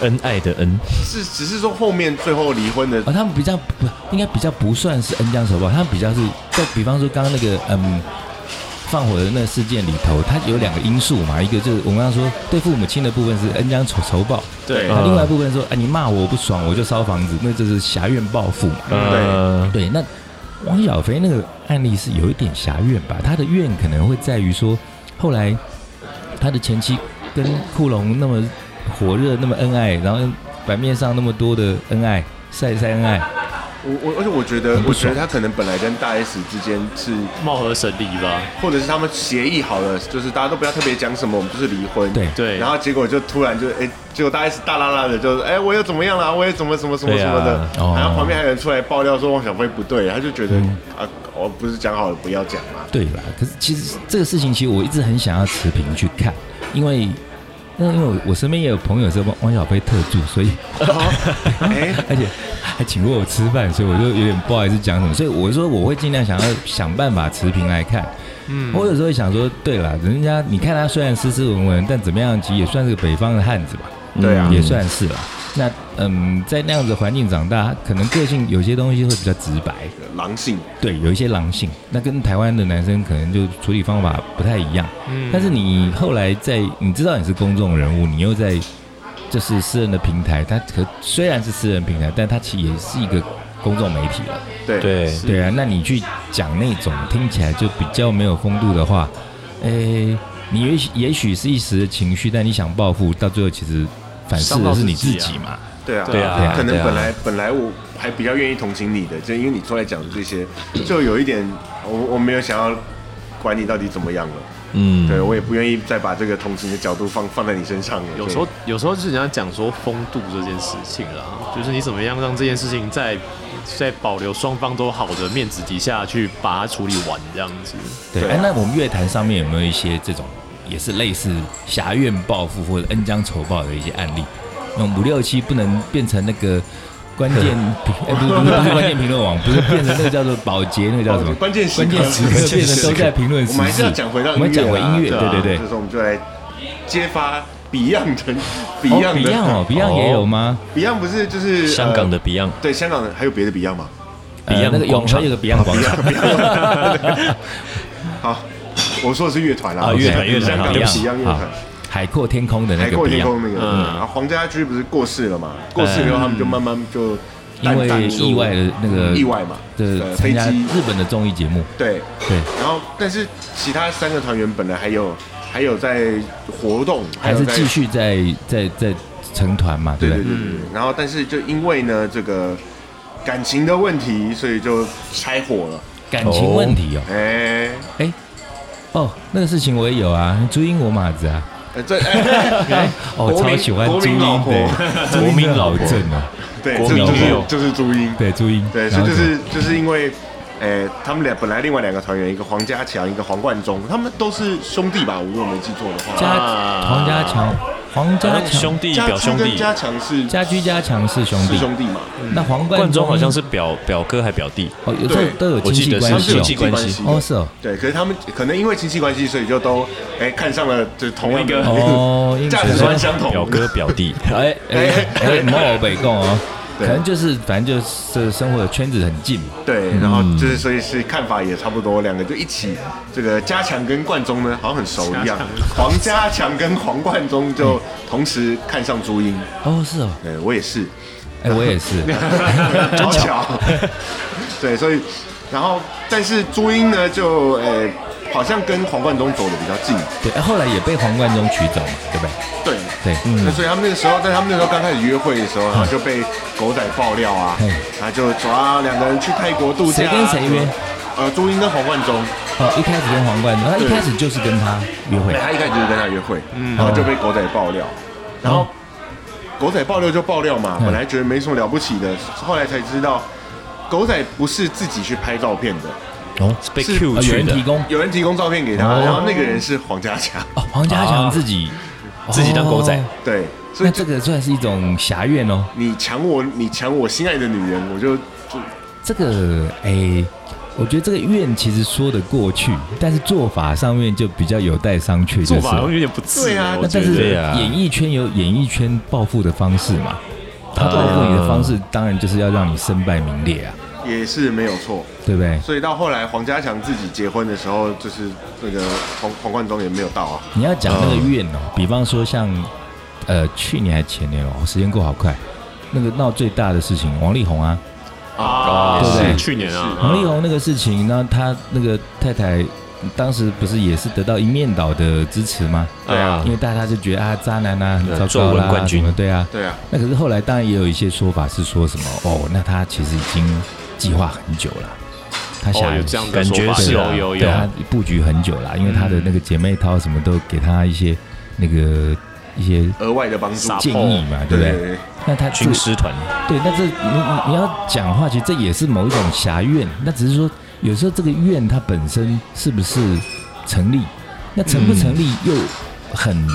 恩爱的恩，是只是说后面最后离婚的啊，他们比较不应该比较不算是恩将仇报，他们比较是在比方说刚刚那个嗯放火的那个事件里头，它有两个因素嘛，一个就是我们刚刚说对父母亲的部分是恩将仇仇报，对那嗯另外一部分说啊你骂我我不爽我就烧房子，那就是侠怨报复嘛。呃，对，那王小飞那个案例是有一点侠怨吧，他的怨可能会在于说，后来他的前妻跟库龙那么火热，那么恩爱，然后版面上那么多的恩爱晒晒恩爱。我我而且我觉得很，不我觉爽得他可能本来跟大 S 之间是，貌合神离吧，或者是他们协议好了，就是大家都不要特别讲什么，我们就是离婚。对对然后结果就突然就哎、结果大 S 大啦啦的就哎、我又怎么样啦，我也怎么什么什么对什啊么的，哦嗯然后旁边还有人出来爆料说汪小菲不对，他就觉得、啊，我不是讲好了不要讲 *laughs* 嘛。对啦，可是其实这个事情，其实我一直很想要持平去看，因为那因为我我身边也有朋友是汪汪小菲特助，所以 *laughs* 哎、而且还请过我吃饭，所以我就有点不好意思讲什么，所以我说我会尽量想要想办法持平来看。嗯，我有时候会想说，对啦，人家你看他虽然斯斯文文，但怎么样，其实也算是个北方的汉子吧。对啊嗯也算是啦。那嗯，在那样子的环境长大，可能个性有些东西会比较直白，狼性，对，有一些狼性，那跟台湾的男生可能就处理方法不太一样。嗯但是你后来在你知道你是公众人物，你又在就是私人的平台，它可虽然是私人平台，但它其实也是一个公众媒体了。对，对，对啊，那你去讲那种听起来就比较没有风度的话，诶，你也许也许是一时的情绪，但你想报复，到最后其实反噬伤到的是你自自己啊己嘛。对啊，对啊对啊可能对啊本来本来我还比较愿意同情你的，就因为你出来讲这些，就有一点，我我没有想要管你到底怎么样了，嗯，对我也不愿意再把这个同情的角度放放在你身上了。有对时候，有时候就是人家讲说风度这件事情啦，就是你怎么样让这件事情在在保留双方都好的面子底下去把它处理完，这样子。对，对啊哎、那我们乐坛上面有没有一些这种也是类似侠怨报复或者恩将仇报的一些案例？那种五六七不能变成那个关 *laughs* 键，哎、不不不是关键评论网，不是变成那个叫做保洁，那个叫什么？关键时刻关键时刻变成都在评论时我事。们还是要讲回到我们讲回啊音乐，啊对对这对。时候我们就来揭发 Beyond 的哦 Beyond 的，Beyond 哦，Beyond 也有吗？ Beyond 不是就是香港的呃 *laughs* Beyond，对香港的还有别的 Beyond 吗？呃 Beyond 那个广永和场有个 Beyond *laughs* 广场，好，我说的是乐团啦，啊乐团 OK，乐团香港的 Beyond 乐好团。，海阔天空的那海个阔天 Beyond，空那个，嗯然后黄家驹不是过世了嘛？过世以后他们就慢慢就嗯因淡淡为出意外的那个意外嘛，的呃参飞加机日本的综艺节目，对，对，然后但是其他三个团员本来还有还有在活动，还有是在继续嗯在在在成团嘛，对对不对对对？对对。然后但是就因为呢这个感情的问题，所以就拆伙了。感情问题哦，哎，哦哎，哦，那个事情我也有啊，朱茵我马子啊，呃，这哎 *laughs* 哦，国超民喜欢国朱民茵 *laughs* 老婆的，朱茵老郑啊，对，国这民就是友就是朱茵，对朱茵，对，所然以后就是就是因为，呃，他们俩本来另外两个团员，一个黄家强，一个黄贯中，他们都是兄弟吧？如果我没记错的话，啊家黄家强，黄好家像强，兄弟家表驹兄跟弟，家强是家居家强是兄是弟，兄弟嘛？那黄冠冠中中好像是表表哥还表弟，哦，有时候对都有我亲记戚得关是系亲哦戚关系。哦，是哦，对，可是他们可能因为亲戚关系，所以就都哎看上了就同样的同一个哦因此价值观相同，表哥表弟，哎哎哎，没有北共哦，可对能就是反正就是生活的圈子很近嘛，对，然嗯后就是所以是看法也差不多，两个就一起。这个加强跟冠中呢，好像很熟一样。黄家强跟黄冠中就同时看上朱茵，哦，是哦，对我也是，哎，我也是， *laughs* 好巧。对，所以然后但是朱茵呢，就呃好像跟黄冠中走的比较近，对，哎后来也被黄冠中取走嘛，对不对？对。对，嗯那所以他们那个时候，但他们那时候刚开始约会的时候，然后就被狗仔爆料啊嗯，然后就说啊两个人去泰国度假啊。谁跟谁约呃，朱茵跟黄冠中。哦，一开始跟黄冠中，他一开始就是跟他约会对，，他一开始就是跟他约会，嗯然后就被狗仔爆料，哦然后狗仔爆料就爆料嘛，嗯本来觉得没什么了不起的，后来才知道。狗仔不是自己去拍照片的，哦，是被 Q 哦有去人的提，供有人提供照片给他，哦然后那个人是黄家强，哦，黄家强自己啊自己当狗仔哦对，所那以这个算是一种侠怨哦。你抢我，你抢我心爱的女人，我就就这个诶，我觉得这个怨其实说得过去，但是做法上面就比较有待商榷，就做是法好像有点不自对由啊我那觉但得是对啊演艺圈有演艺圈报复的方式嘛，他报复你的方式当然就是要让你身败名裂啊，也是没有错。对不对？所以到后来黄家强自己结婚的时候，就是那个黄黄贯中也没有到啊，你要讲那个怨哦，比方说像呃去年还前年哦，时间过好快，那个闹最大的事情，王力宏啊，啊，对不对是去年啊，王力宏那个事情，那他那个太太当时不是也是得到一面倒的支持吗？对啊，因为大家就觉得啊，渣男啊，很呃糟糕作啦，文冠军什么对啊。对啊，那可是后来当然也有一些说法是说什么哦，那他其实已经计划很久了，他想、哦，有这样的感觉说法，是有啊有对有，他布局很久了，因为他的那个姐妹淘什么都给他一些那个一些额外的帮助，哦建议嘛，对不对？对，那他这军师团，对，那这你你你要讲的话，其实这也是某一种侠怨，那只是说有时候这个怨它本身是不是成立，那成不成立又很，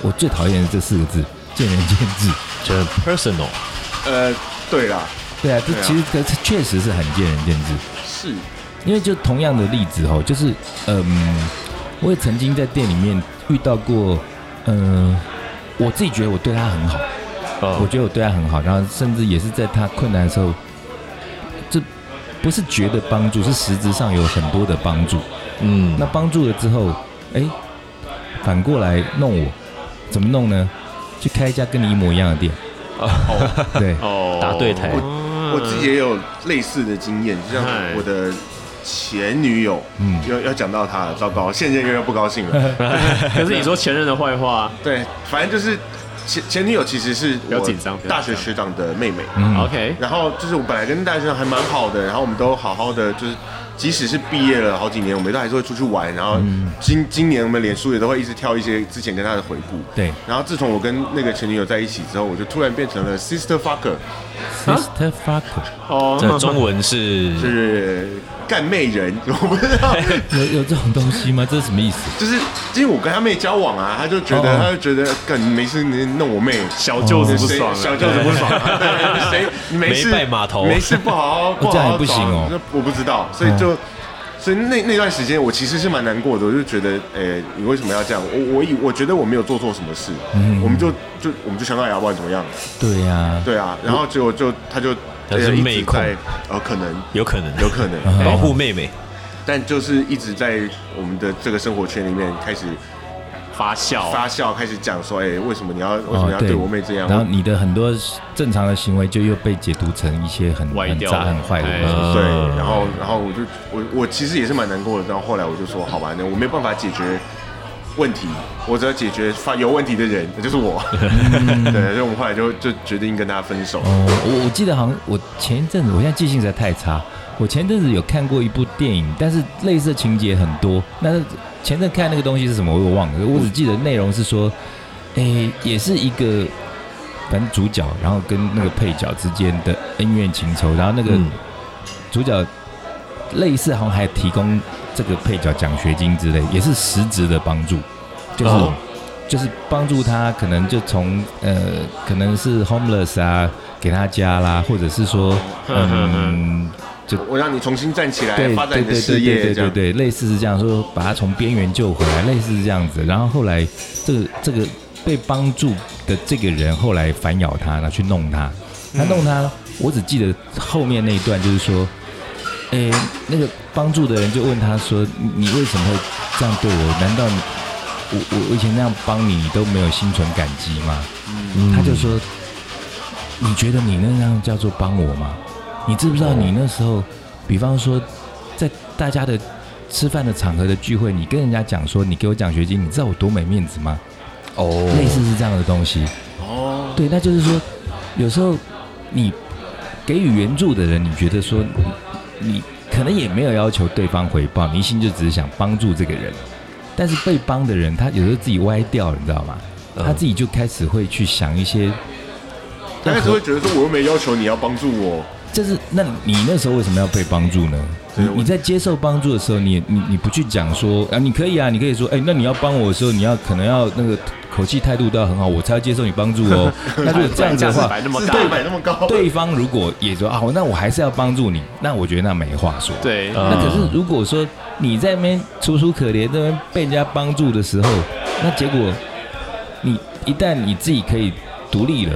我最讨厌的这四个字，见仁见智。就是 personal，呃，对啦，对啊，这对啊其实这确实是很见仁见智，是因为就同样的例子哦，就是嗯，我也曾经在店里面遇到过，嗯、我自己觉得我对他很好，我哦，觉得我对他很好，然后甚至也是在他困难的时候，这不是觉得帮助，是实质上有很多的帮助。嗯那，帮助了之后，哎，反过来弄我，怎么弄呢？去开一家跟你一模一样的店。哦，对，哦，答对台我自 *laughs* 己也有类似的经验，就像嗯嗨我的前女友，嗯要要讲到她了，糟糕，现任又要不高兴 *laughs* 了。可是你说前任的坏话对，反正就是前前女友其实是不我要紧张不要紧张大学学长的妹妹，嗯，OK，然后就是我本来跟大学长还蛮好的，然后我们都好好的，就是即使是毕业了好几年，我们都还是会出去玩，然后今今年我们脸书也都会一直跳一些之前跟她的回顾。对然后自从我跟那个前女友在一起之后，我就突然变成了 sister fucker， ，Sister Fucker，哦，这中文是就是干妹人，我不知道。有有这种 *laughs* 东西吗？这是什么意思？就是因为我跟他妹交往啊，他就觉得，哦他就觉得，干没事你弄我妹，小舅子不谁爽了，小舅子不爽啊，对谁你没事没拜码头没事不好好不好这样好也不行哦找，我不知道，所以就。所以那那段时间，我其实是蛮难过的，我就觉得，诶、你为什么要这样？我我以我觉得我没有做错什么事，我们就就我们就相爱啊，不然怎么样？对呀，对啊，然后结果就他就他是呃一直妹控在呃，可能有可能有可能，哎嗯保护妹妹，但就是一直在我们的这个生活圈里面开始发酵，发笑，开始讲说，哎、为什么你要为什么哦要，对对我妹这样？然后你的很多正常的行为就又被解读成一些很歪很掉渣、了很坏的哎东 *laughs* 西。对嗯，然后然后我就我我其实也是蛮难过的，然后后来我就说，好吧，那我没有办法解决问题，我只要解决发有问题的人，那就是我。对，所以我们后来就就决定跟他分手。哦，我我记得好像我前一阵子，我现在记性实在太差。我前一阵子有看过一部电影，但是类似的情节很多，那前阵看那个东西是什么，我也忘了，我只记得内容是说，诶、也是一个反正主角，然后跟那个配角之间的恩怨情仇，然后那个嗯主角类似好像还提供这个配角奖学金之类，也是实质的帮助，就是、哦就是帮助他，可能就从呃，可能是 homeless 啊，给他家啦，或者是说呵呵呵嗯。我让你重新站起来，对发展对你的对事对对业，这对样。对，类似是这样说，把他从边缘救回来，类似是这样子。然后后来这个这个被帮助的这个人后来反咬他，然后去弄他，嗯他弄他，我只记得后面那一段就是说，诶，那个帮助的人就问他说，你你为什么会这样对我？难道你我我我以前那样帮你，你都没有心存感激吗？嗯他就说：“你觉得你那样叫做帮我吗？你知不知道你那时候，比方说，在大家的吃饭的场合的聚会，你跟人家讲说你给我奖学金，你知道我多没面子吗？哦类似是这样的东西。哦，对，那就是说，有时候你给予援助的人，你觉得说你你可能也没有要求对方回报，你一心就只是想帮助这个人，但是被帮的人，他有时候自己歪掉了，你知道吗？嗯他自己就开始会去想一些。他开始会觉得说，我又没要求你要帮助我，就是那你那时候为什么要被帮助呢？对你我你在接受帮助的时候，你也你你不去讲说啊，你可以啊，你可以说，哎、那你要帮我的时候，你要可能要那个口气态度都要很好，我才要接受你帮助哦。那如果这样子 *laughs* 的话，摆那么自大，费买那么高，对方如果也说啊，那我还是要帮助你，那我觉得那没话说。，对，呃那可是如果说你在那边楚楚可怜，这边被人家帮助的时候，那结果你一旦你自己可以独立了，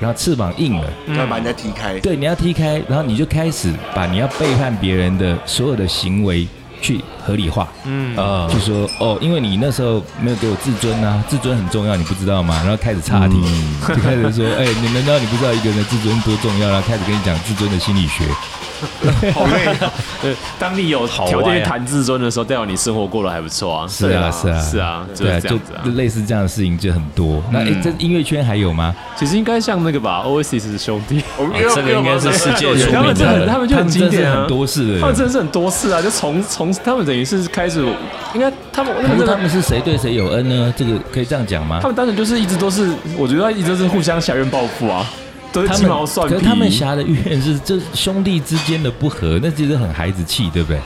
然后翅膀硬了。要把人家踢开。对，你要踢开，然后你就开始把你要背叛别人的所有的行为去合理化，嗯啊就说哦，因为你那时候没有给我自尊啊，自尊很重要，你不知道吗？然后开始岔题，嗯 *laughs* 就开始说，哎、你难道你不知道一个人的自尊多重要？然后开始跟你讲自尊的心理学，好累啊，对，当你有条件去谈自尊的时候，代表你生活过得还不错啊。是啊是啊是啊，就对啊，是这就样子啊就。类似这样的事情就很多。那哎、嗯这音乐圈还有吗？其实应该像那个吧，Oasis 兄弟，我们哦这个应该是世界出哎他名的们真的很，他们就很经真的典是啊很。多事的人。他们真的是很多事啊，就从从他们等于是开始，应该他们他可们是真他的，们是谁对谁有恩呢？这个可以这样讲吗他？们当时就是一直都是，我觉得一直都是互相侠怨报复啊，都是他鸡们毛蒜可皮。是他们侠的怨是 *laughs* 这兄弟之间的不和，那其实很孩子气，对不对？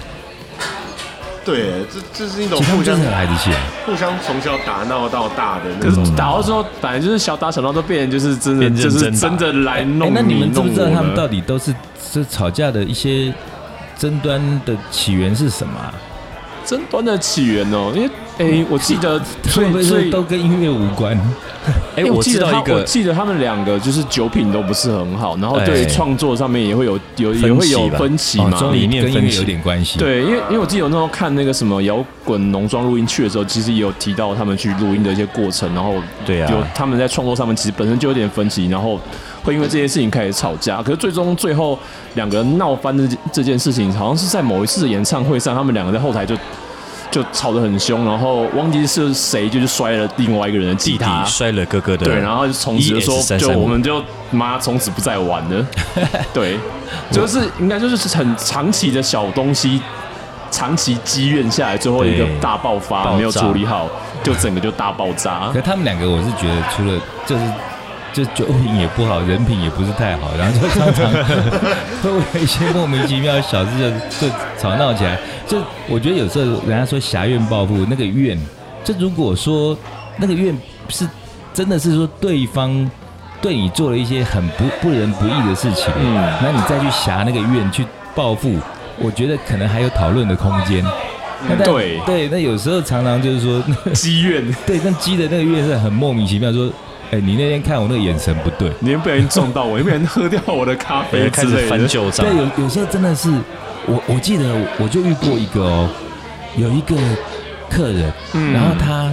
对，这这是一种其实他互们真相的很孩子气啊。互相从小打闹到大的那可是种。打到最后，本来就是小打小闹，都变成就是真的，变认就真打是真的来哎弄那你们知弄不知道我他们到了底都是是吵架的一些争端的起源是什么啊、争端的起源哦？因为哎，我记得所最以最说都跟音乐无关？哎，因为我记知得道他一个我记得他们两个就是酒品都不是很好，然后哎对于创作上面也会有有也会有分歧哦嘛。终于理念跟音分乐歧有点关系。，对，因为因为我记得我那时候看那个什么摇滚农庄录音去的时候，其实也有提到他们去录音的一些过程，然后对啊有他们在创作上面其实本身就有点分歧，然后会因为这件事情开始吵架。可是最终最后两个人闹翻的这件事情，好像是在某一次的演唱会上，他们两个在后台就就吵得很凶，然后忘记是谁就是摔了另外一个人的弟吉弟他，摔了哥哥的，对，然后就从此就说， ES335 就我们就妈从此不再玩 *laughs* 了。对，就是应该就是很长期的小东西，长期积怨下来，最后一个对大爆发，爆炸没有处 *laughs* 理好，就整个就大爆炸可。他们两个我是觉得除了就是。就酒品也不好，人品也不是太好，然后就常 *laughs* 常会为一些莫名其妙的小事就就吵闹起来。就我觉得有时候人家说侠怨报复，那个怨，就如果说那个怨是真的是说对方对你做了一些很不不仁不义的事情，嗯那你再去侠那个怨去报复，我觉得可能还有讨论的空间。那但对对，那有时候常常就是说。积怨，对，但鸡的那个月是很莫名其妙，说，哎、你那天看我那个眼神不对。你又不小心撞到我，又不小心喝掉我的咖啡哎之开始类翻的。旧账对，，有有时候真的是，我我记得我就遇过一个哦，有一个客人，然后他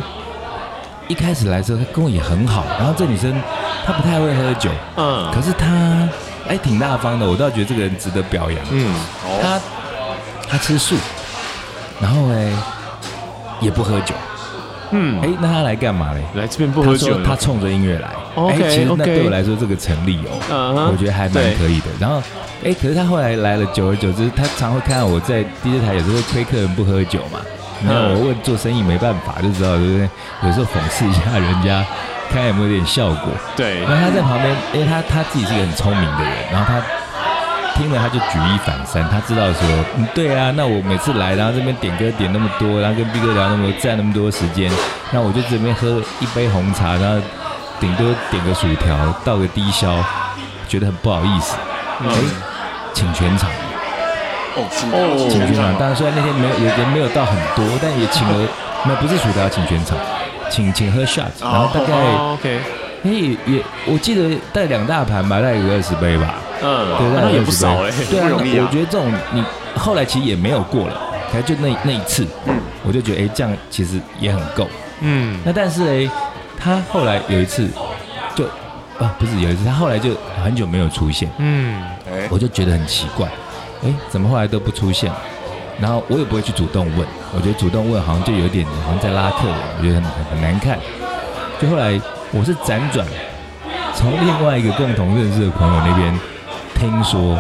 一开始来的时候，他跟我也很好，然后这女生她不太会喝酒，嗯可是她哎挺大方的，我倒觉得这个人值得表扬。嗯，他他吃素，然后哎也不喝酒，嗯哎，那他来干嘛嘞？来这边不他喝酒说呢，他冲着音乐来，哎 OK，，其实那 OK 对我来说这个成立哦，嗯哼我觉得还蛮对可以的。然后，哎，可是他后来来了，久而久之，他常会看到我在 DJ 台有时候会推客人不喝酒嘛，Uh-huh 你看我问做生意没办法，就知道对不对？有时候讽刺一下人家，看看有没有点效果。对哎然后他在旁边，因为他他自己是一个很聪明的人，然后他听了他就举一反三，他知道说，嗯，对啊，那我每次来，然后这边点歌点那么多，然后跟 B 哥聊那么多，占那么多时间，那我就这边喝一杯红茶，然后顶多点个薯条，倒个低消，觉得很不好意思，哎、请全场。哦，是哦请全场场，当然虽然那天没有也也没有到很多，但也请了，那不是薯条，请全场，请请喝 shot，然后大概哦，OK，哎也也我记得带两大盘吧，带有个二十杯吧，嗯，对，带那有也20不少杯哎，对啊，不容易啊我觉得这种你后来其实也没有过了，可能就那那一次，我就觉得哎这样其实也很够，嗯，那但是哎他后来有一次就啊不是有一次他后来就很久没有出现，嗯，哎我就觉得很奇怪，哎，怎么后来都不出现？然后我也不会去主动问，我觉得主动问好像就有点好像在拉客人，我觉得很很很难看。就后来我是辗转从另外一个共同认识的朋友那边听说，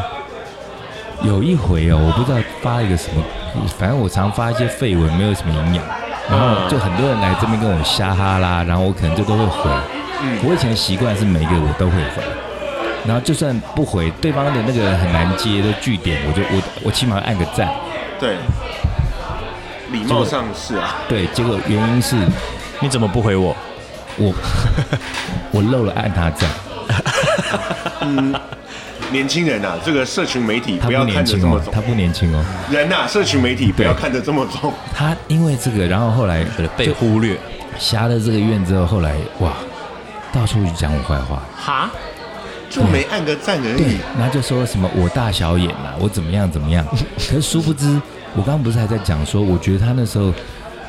有一回哦，我不知道发一个什么，反正我常发一些绯闻，没有什么营养，然后就很多人来这边跟我瞎哈啦，然后我可能就都会回。我以前的习惯是每一个我都会回，然后就算不回，对方的那个很难接的据点，我就我我起码按个赞。对，礼貌上是啊，对，结果原因是你怎么不回我？我 *laughs* 我漏了按他赞，年轻人啊，这个社群媒体他不不要看年得这轻么哦，重他，不年轻哦，人呐，社群媒体不要对看得这么重，他因为这个，然后后来被忽略，下了这个院之后，后来哇，到处去讲我坏话，哈，就没按个赞而对已。，然后就说什么我大小眼啦、我怎么样怎么 *laughs* 样。可是殊不知，我刚刚不是还在讲说，我觉得他那时候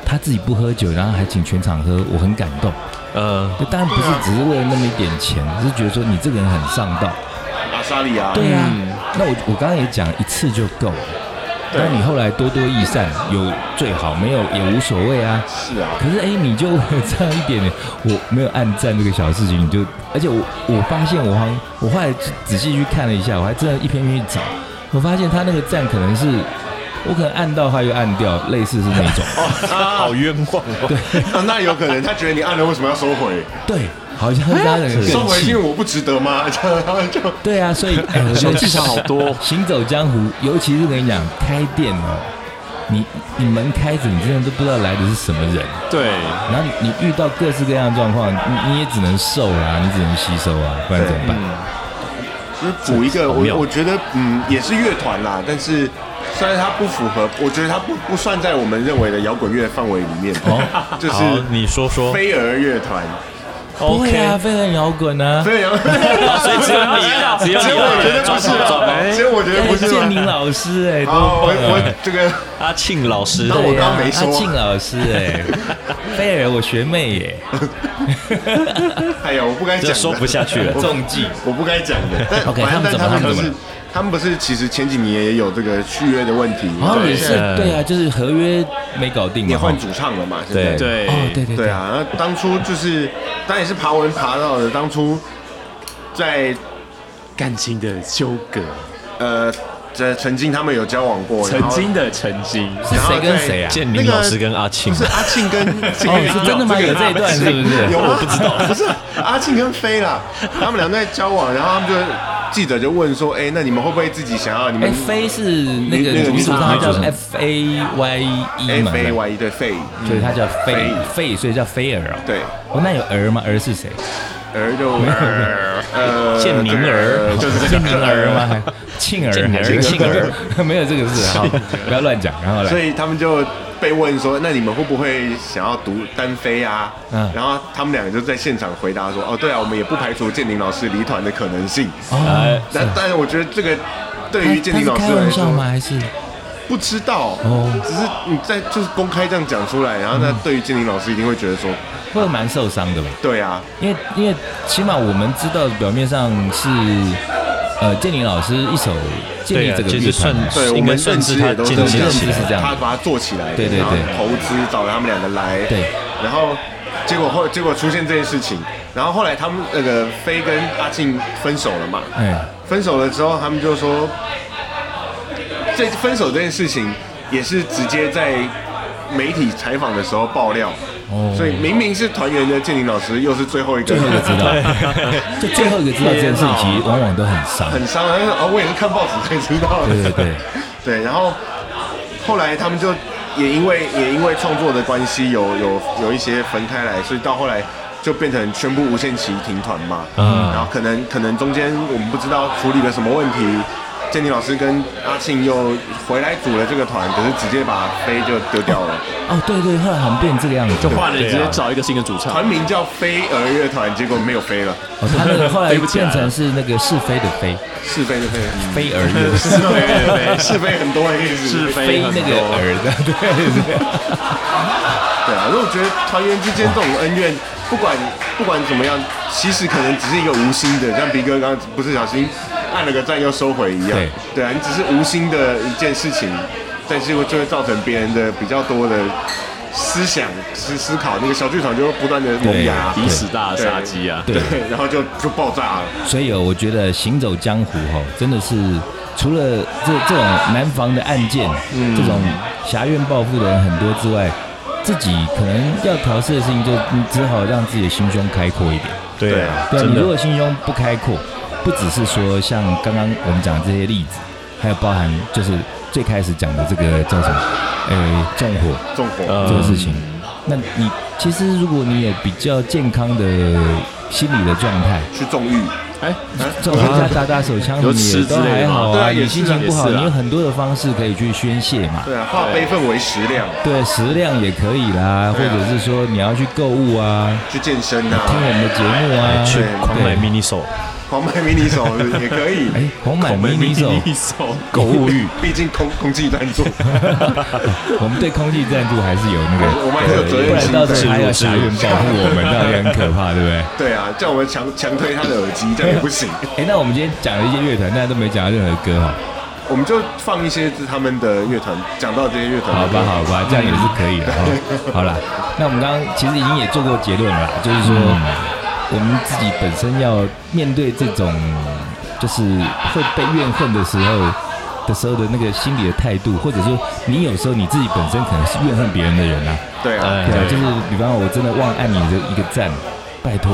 他自己不喝酒，然后还请全场喝，我很感动。呃，就当然不是只是为了那么一点钱，只是觉得说你这个人很上道。阿莎莉啊，对啊，那我我刚刚也讲一次就够了。对那你后来多多益善，有最好，没有也无所谓啊。是啊， *laughs* 可是哎、你就为了这样一点点，我没有暗赞这个小事情，你就，而且我我发现我好像，我后来仔细去看了一下，我还真的一篇篇去找，我发现他那个赞可能是，我可能按到他又按掉，类似是那 *laughs* 种，哎 *laughs* 好冤枉哦。啊那有可能他觉得你按了为什么要收回？对，好像是他的更收回是气因为，我不值得吗？ *laughs* 这样然后就对 *laughs* 啊，所以哎，我觉得技巧好多， *laughs* 行走江湖，尤其是我跟你讲开店哦，你你门开着，你真的都不知道来的是什么人，对，然后你你遇到各式各样的状况，你你也只能受啦，你只能吸收啊，不然怎么办？嗯就是补一个，好妙我我觉得嗯也是乐团啦，但是虽然它不符合，我觉得它不不算在我们认为的摇滚乐范围里面， *laughs* 就好，是你说说。飞儿乐团，不会啊， OK，非常摇滚啊，飞儿摇滚，所以只有你啊，只有其实你我觉啊，得不是啊，其实我觉得不哎是建宁啊。老师哎，好，我多棒我啊！这个阿庆老师那我对啊刚刚没说阿庆老师哎，贝尔我学妹 *laughs* 耶，哎呀，我不该讲这的，说不下去了我中计，我不该讲的。但 OK，反正但他他们怎们不么他们怎么是了，他们不是，其实前几年也有这个续约的问题，好像也对是对啊，就是合约没搞定嘛，也换主唱了嘛，现在对对，哦，对对对对，啊，那当初就是，当然也是爬文爬到的。当初在感情的纠葛，呃，在曾经他们有交往过，曾然后经的曾经，是谁跟谁啊？建宁老师跟阿庆不是阿庆跟这哦是真的吗有这一段是不是有我不知 *laughs* 道，不是阿庆跟飞啦，他们俩在交往，然后他们就记者就问说，哎，那你们会不会自己想要你哎，们飞是那个那个女主唱，她女主叫唱 F A Y E 哎嘛，飞对吧嗯玩一对飞，所以她叫飞飞飞，所以叫飞儿哦。对，哦，那有儿吗？儿是 *laughs* 谁？ *laughs* 儿就 *laughs* 呃建宁儿这个就是这庆个哦儿吗？还庆儿庆儿还是庆儿？ *laughs* 没有这 *laughs* 个字，啊好，不要乱讲。然后来所，以他们就被问说：“那你们会不会想要读单飞啊？”嗯然后他们两个就在现场回答说：“哦，对啊，我们也不排除建宁老师离团的可能性。哦但”但是我觉得这个呃对他于建宁老他师是开来玩笑吗？说，还是不知道哦只是你在就是公开这样讲出来，然后那对于建宁老师一定会觉得说会蛮受伤的吧？：“对啊，因为因为起码我们知道，表面上是呃，建林老师一手建立对啊这个其乐实团算嘛，对我应该们算认是知他也都建立样起子来是这样他把它做起来，对对然后对投资找了他们两个来，对，然后结果后结果出现这件事情，然后后来他们那个飞跟阿庆分手了嘛，哎，分手了之后，他们就说，这分手这件事情也是直接在媒体采访的时候爆料，哦所以明明是团员的建宁老师，又是最后一个最，后一个知道， *laughs* 就最后一个知道这件事情，其实往往都很伤。很伤。 *laughs* 但是哦，我也是看报纸才知道的。对对对，对，然后后来他们就也因为也因为创作的关系有，有有一些分开来，所以到后来就变成宣布无限期停团嘛。嗯，然后可能可能中间我们不知道处理了什么问题，建宁老师跟阿庆又回来组了这个团，可是直接把飞就丢掉 *laughs* 了，哦对对，后来好像变这个样子。就换了，直接找一个新的主唱团。名叫飞儿乐团，结果没有飞了，哦他那个 *laughs* 后来飞不起来变啊了成是那个是非的非，是飞的飞，飞儿乐 *laughs* 是飞的飞，是飞很多的意思，是非非那个儿的，对对。对啊，因为我觉得团员之间这种恩怨，不管不管怎么样，其实可能只是一个无心的，像逼哥刚刚不是小心按了个赞又收回一样。对，啊，你只是无心的一件事情，但是就会造成别人的比较多的思想思思考，那个小剧场就会不断的萌芽，彼此大的杀机啊！对对，然后就就爆炸了。所以哦我觉得行走江湖哦，真的是除了这这种南防的案件，这种侠怨报复的人很多之外，自己可能要调试的事情，就你只好让自己的心胸开阔一点。对啊，对啊，真你如的果心胸不开阔，不只是说像刚刚我们讲的这些例子，还有包含就是最开始讲的这个叫什么，呃，纵火纵火，这个事情，呃那你其实如果你也比较健康的心理的状态，去纵欲，哎，走回家打打手枪，有你吃也都之类还的吗好对啊啊。也你是心啊情不好，也是啊你有很多的方式可以去宣泄嘛。对啊，化悲愤为食量，对，食量也可以啦，或对啊者是说你要去购物啊，去健身啊，听我们的节目哎啊，去对狂买 mini 手，狂买迷你手也可以，哎，红满迷你手，一手购物欲，毕竟空空气单座。 *laughs* 我们对空气赞助还是有那个，我们还是有责任心不然到时候还要植入下院保护我们，那也很可怕，对不对？ *laughs* 对啊，叫我们强强推他的耳机，这样也不行。哎，那我们今天讲了一些乐团，但都没讲到任何歌哈，我们就放一些他们的乐团，讲到这些乐团。好吧，好吧，这样也是可 *laughs* 以的哈。好啦，那我们刚刚其实已经也做过结论了啦，就是说我们自己本身要面对这种就是会被怨恨的时候的时候的那个心理的态度，或者说你有时候你自己本身可能是怨恨别人的人啊，对啊，对啊，就是比方我真的忘按你的一个赞，拜托，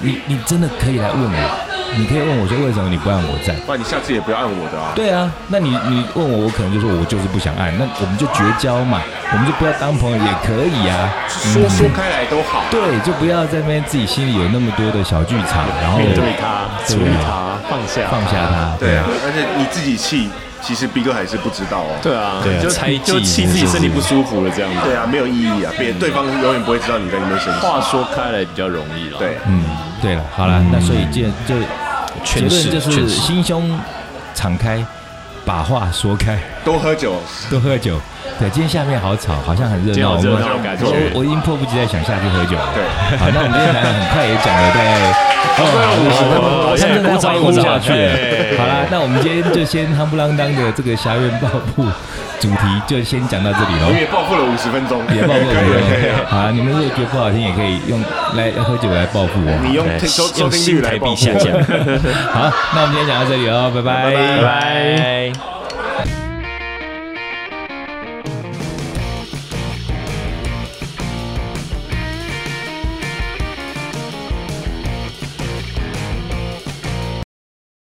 你你真的可以来问我，你可以问我说为什么你不按我赞。不然你下次也不要按我的啊。对啊，那你你问我，我可能就说我就是不想按，那我们就绝交嘛，我们就不要当朋友也可以啊。说说开来都好。对，就不要在那边自己心里有那么多的小剧场，然后面对他，处理他，放下，啊放下。它。对啊，而且你自己气，其实逼哥还是不知道哦。对啊，对啊就猜忌就气自己身体不舒服了这样子。对啊，没有意义啊，别对方永远不会知道你在那边生气。话说开来比较容易了。对，嗯，对了，好嗯了，那所以这就结确论实就确实，是心胸敞开，把话说开， *laughs* 多喝酒，多喝酒。对，今天下面好吵，好像很热今天闹，好我热们闹的感觉。我我已经迫不及待想下去喝酒了。对，好，那我们今天谈了很快也讲了大概哦，差不多快呼下去哎了。好啦，那我们今天就先夯不啷当的这个侠院抱布主题就先讲到这里因喽。为报复了五十分钟，也报复可 *laughs* 以可以。我，好啦，你们如果觉得不好听，也可以用来喝酒来报复你我。哎用对听收用收听率心来态报币复下降我。。好，那我们今天讲到这里喽，拜拜。拜拜。拜。